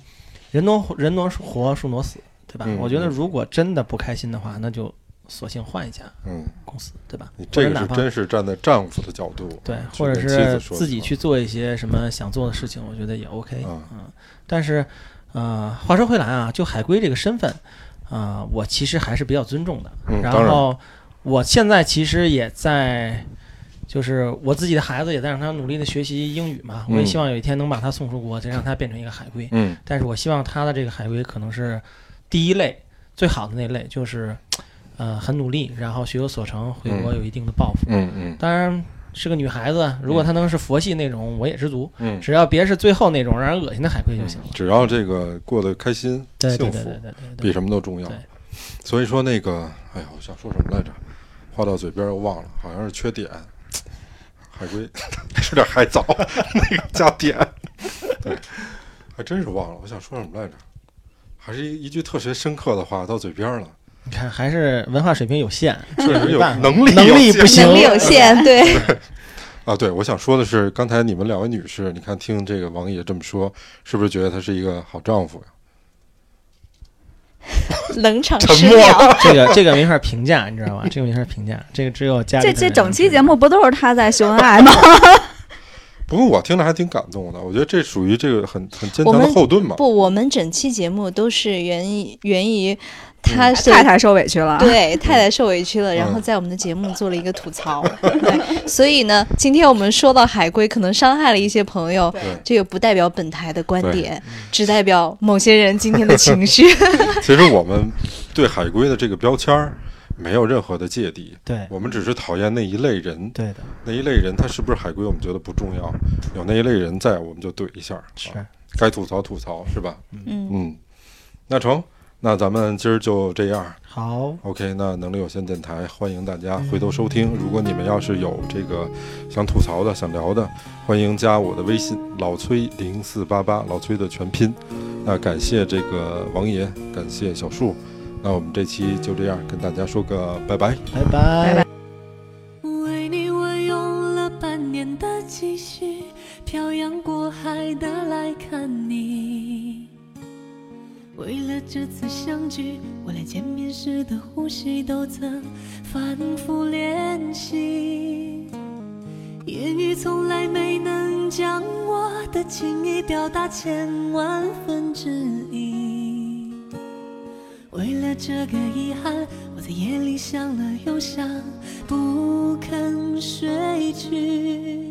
Speaker 4: 人挪人挪活，树挪死，对吧？
Speaker 2: 嗯
Speaker 4: 我觉得如果真的不开心的话，那就索性换一家
Speaker 2: 嗯，
Speaker 4: 公司，对吧？
Speaker 2: 你
Speaker 4: 或
Speaker 2: 这
Speaker 4: 者
Speaker 2: 个
Speaker 4: 哪
Speaker 2: 是
Speaker 4: 怕
Speaker 2: 真是站在丈夫的角度，
Speaker 4: 对，
Speaker 2: 去
Speaker 4: 或者
Speaker 2: 嗯跟妻子
Speaker 4: 是
Speaker 2: 说
Speaker 4: 自
Speaker 2: 的
Speaker 4: 己
Speaker 2: 话
Speaker 4: 去做一些什么想做的事情，我觉得也 OK
Speaker 2: 啊
Speaker 4: 嗯，但是，呃，话说回来啊，就海归这个身份，啊、我其实还是比较尊重的。
Speaker 2: 嗯
Speaker 4: 然
Speaker 2: 当然
Speaker 4: 后，我现在其实也在，就是我自己的孩子也在让他努力的学习英语嘛。我也
Speaker 2: 嗯
Speaker 4: 希望有一天能把他送出国，再让他变成一个海归。
Speaker 2: 嗯
Speaker 4: 但是我希望他的这个海归可能是第一类最好的那类，就是，呃，很努力，然后学有所成，回国
Speaker 2: 嗯
Speaker 4: 有一定的抱负。
Speaker 2: 嗯嗯
Speaker 4: 当然是个女孩子，如果她能是佛系那种，我也知足。
Speaker 2: 嗯，
Speaker 4: 只要别是最后那种让人恶心的海龟就行了。
Speaker 2: 只要这个过得开心、
Speaker 4: 对
Speaker 2: 幸
Speaker 4: 对对对
Speaker 2: 福，
Speaker 4: 对对
Speaker 2: 比
Speaker 4: 对，
Speaker 2: 什么都重要
Speaker 4: 对。
Speaker 2: 所以说那个，哎呀，我想说什么来着，话到嘴边又忘了，好像是缺点。海龟 吃点海藻， 那个加碘，对，还真是忘了，我想说什么来着，还是一一句特别深刻的话到嘴边 了，
Speaker 4: 你看还是文化水平有限，
Speaker 2: 确实有
Speaker 4: 没办法
Speaker 2: 能力
Speaker 4: 能力
Speaker 2: 有限
Speaker 4: 不行，
Speaker 9: 能力有 限，对。
Speaker 2: 啊，对，我想说的是，刚才你们两位女士，你看听这个王爷这么说，是不是觉得他是一个好丈夫呀？
Speaker 9: 冷场
Speaker 2: 沉
Speaker 9: 失
Speaker 2: 默
Speaker 9: 聊，
Speaker 4: 这个这个没法评价，你知道吧？这个没法评价，这个只有家里
Speaker 6: 这
Speaker 4: 的人
Speaker 6: 这整期
Speaker 4: 知道
Speaker 6: 节目不都是他在秀恩爱吗？
Speaker 2: 不过我听着还挺感动的，我觉得这属于这个很很坚
Speaker 9: 我
Speaker 2: 强的
Speaker 9: 们
Speaker 2: 后盾嘛。
Speaker 9: 不，我们整期节目都是源于源
Speaker 2: 嗯
Speaker 9: 于他是
Speaker 6: 太太受委屈了。
Speaker 9: 对太太受委屈了，然后
Speaker 2: 嗯
Speaker 9: 在我们的节目做了一个吐槽。对，所以呢，今天我们说到海龟，可能伤害了一些朋友，这个不代表本台的观
Speaker 2: 对
Speaker 9: 点，只代表某些人今天的情绪。
Speaker 2: 其实我们对海龟的这个标签儿没有任何的芥蒂，
Speaker 4: 对
Speaker 2: 我们只是讨厌那一类人，
Speaker 4: 对的，
Speaker 2: 那一类人他是不是海龟，我们觉得不重要，有那一类人在，我们就怼一下，
Speaker 4: 是
Speaker 2: 啊该吐槽吐槽是吧？
Speaker 9: 嗯，
Speaker 2: 嗯，那成，那咱们今儿就这样。
Speaker 4: 好。
Speaker 2: OK，那能力有限电台欢迎大家回头收听。如果你们要是有这个想吐槽的、想聊的，欢迎加我的微信老崔零四八八，老崔的全拼。那感谢这个王爷，感谢小树。那我们这期就这样跟大家说个拜拜。
Speaker 4: 拜拜
Speaker 6: 拜拜
Speaker 10: 为你我用了半年的积蓄，漂洋过海的来看你。为了这次相聚，我连见面时的呼吸都曾反复练习。言语从来没能将我的情意表达千万分之一。为了这个遗憾，我在夜里想了又想，不肯睡去。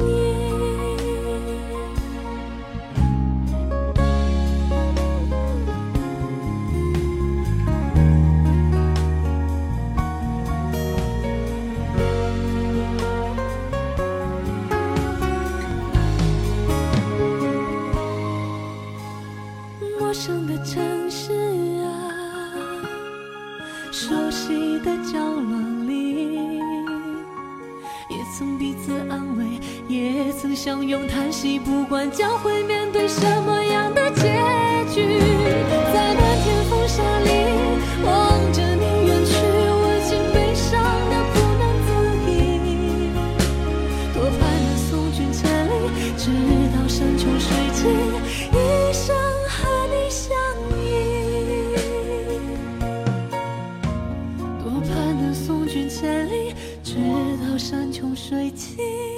Speaker 10: 依。陌生的城市啊，熟悉的角落里，也曾彼此安慰，也曾相拥叹息。不管将会面对什么样的结局，在漫天风沙里望着你远去，我竟悲伤的不能自已。多盼能送君千里，直到山穷水尽，一生和你相依。多盼能送君千里，直到山穷水尽。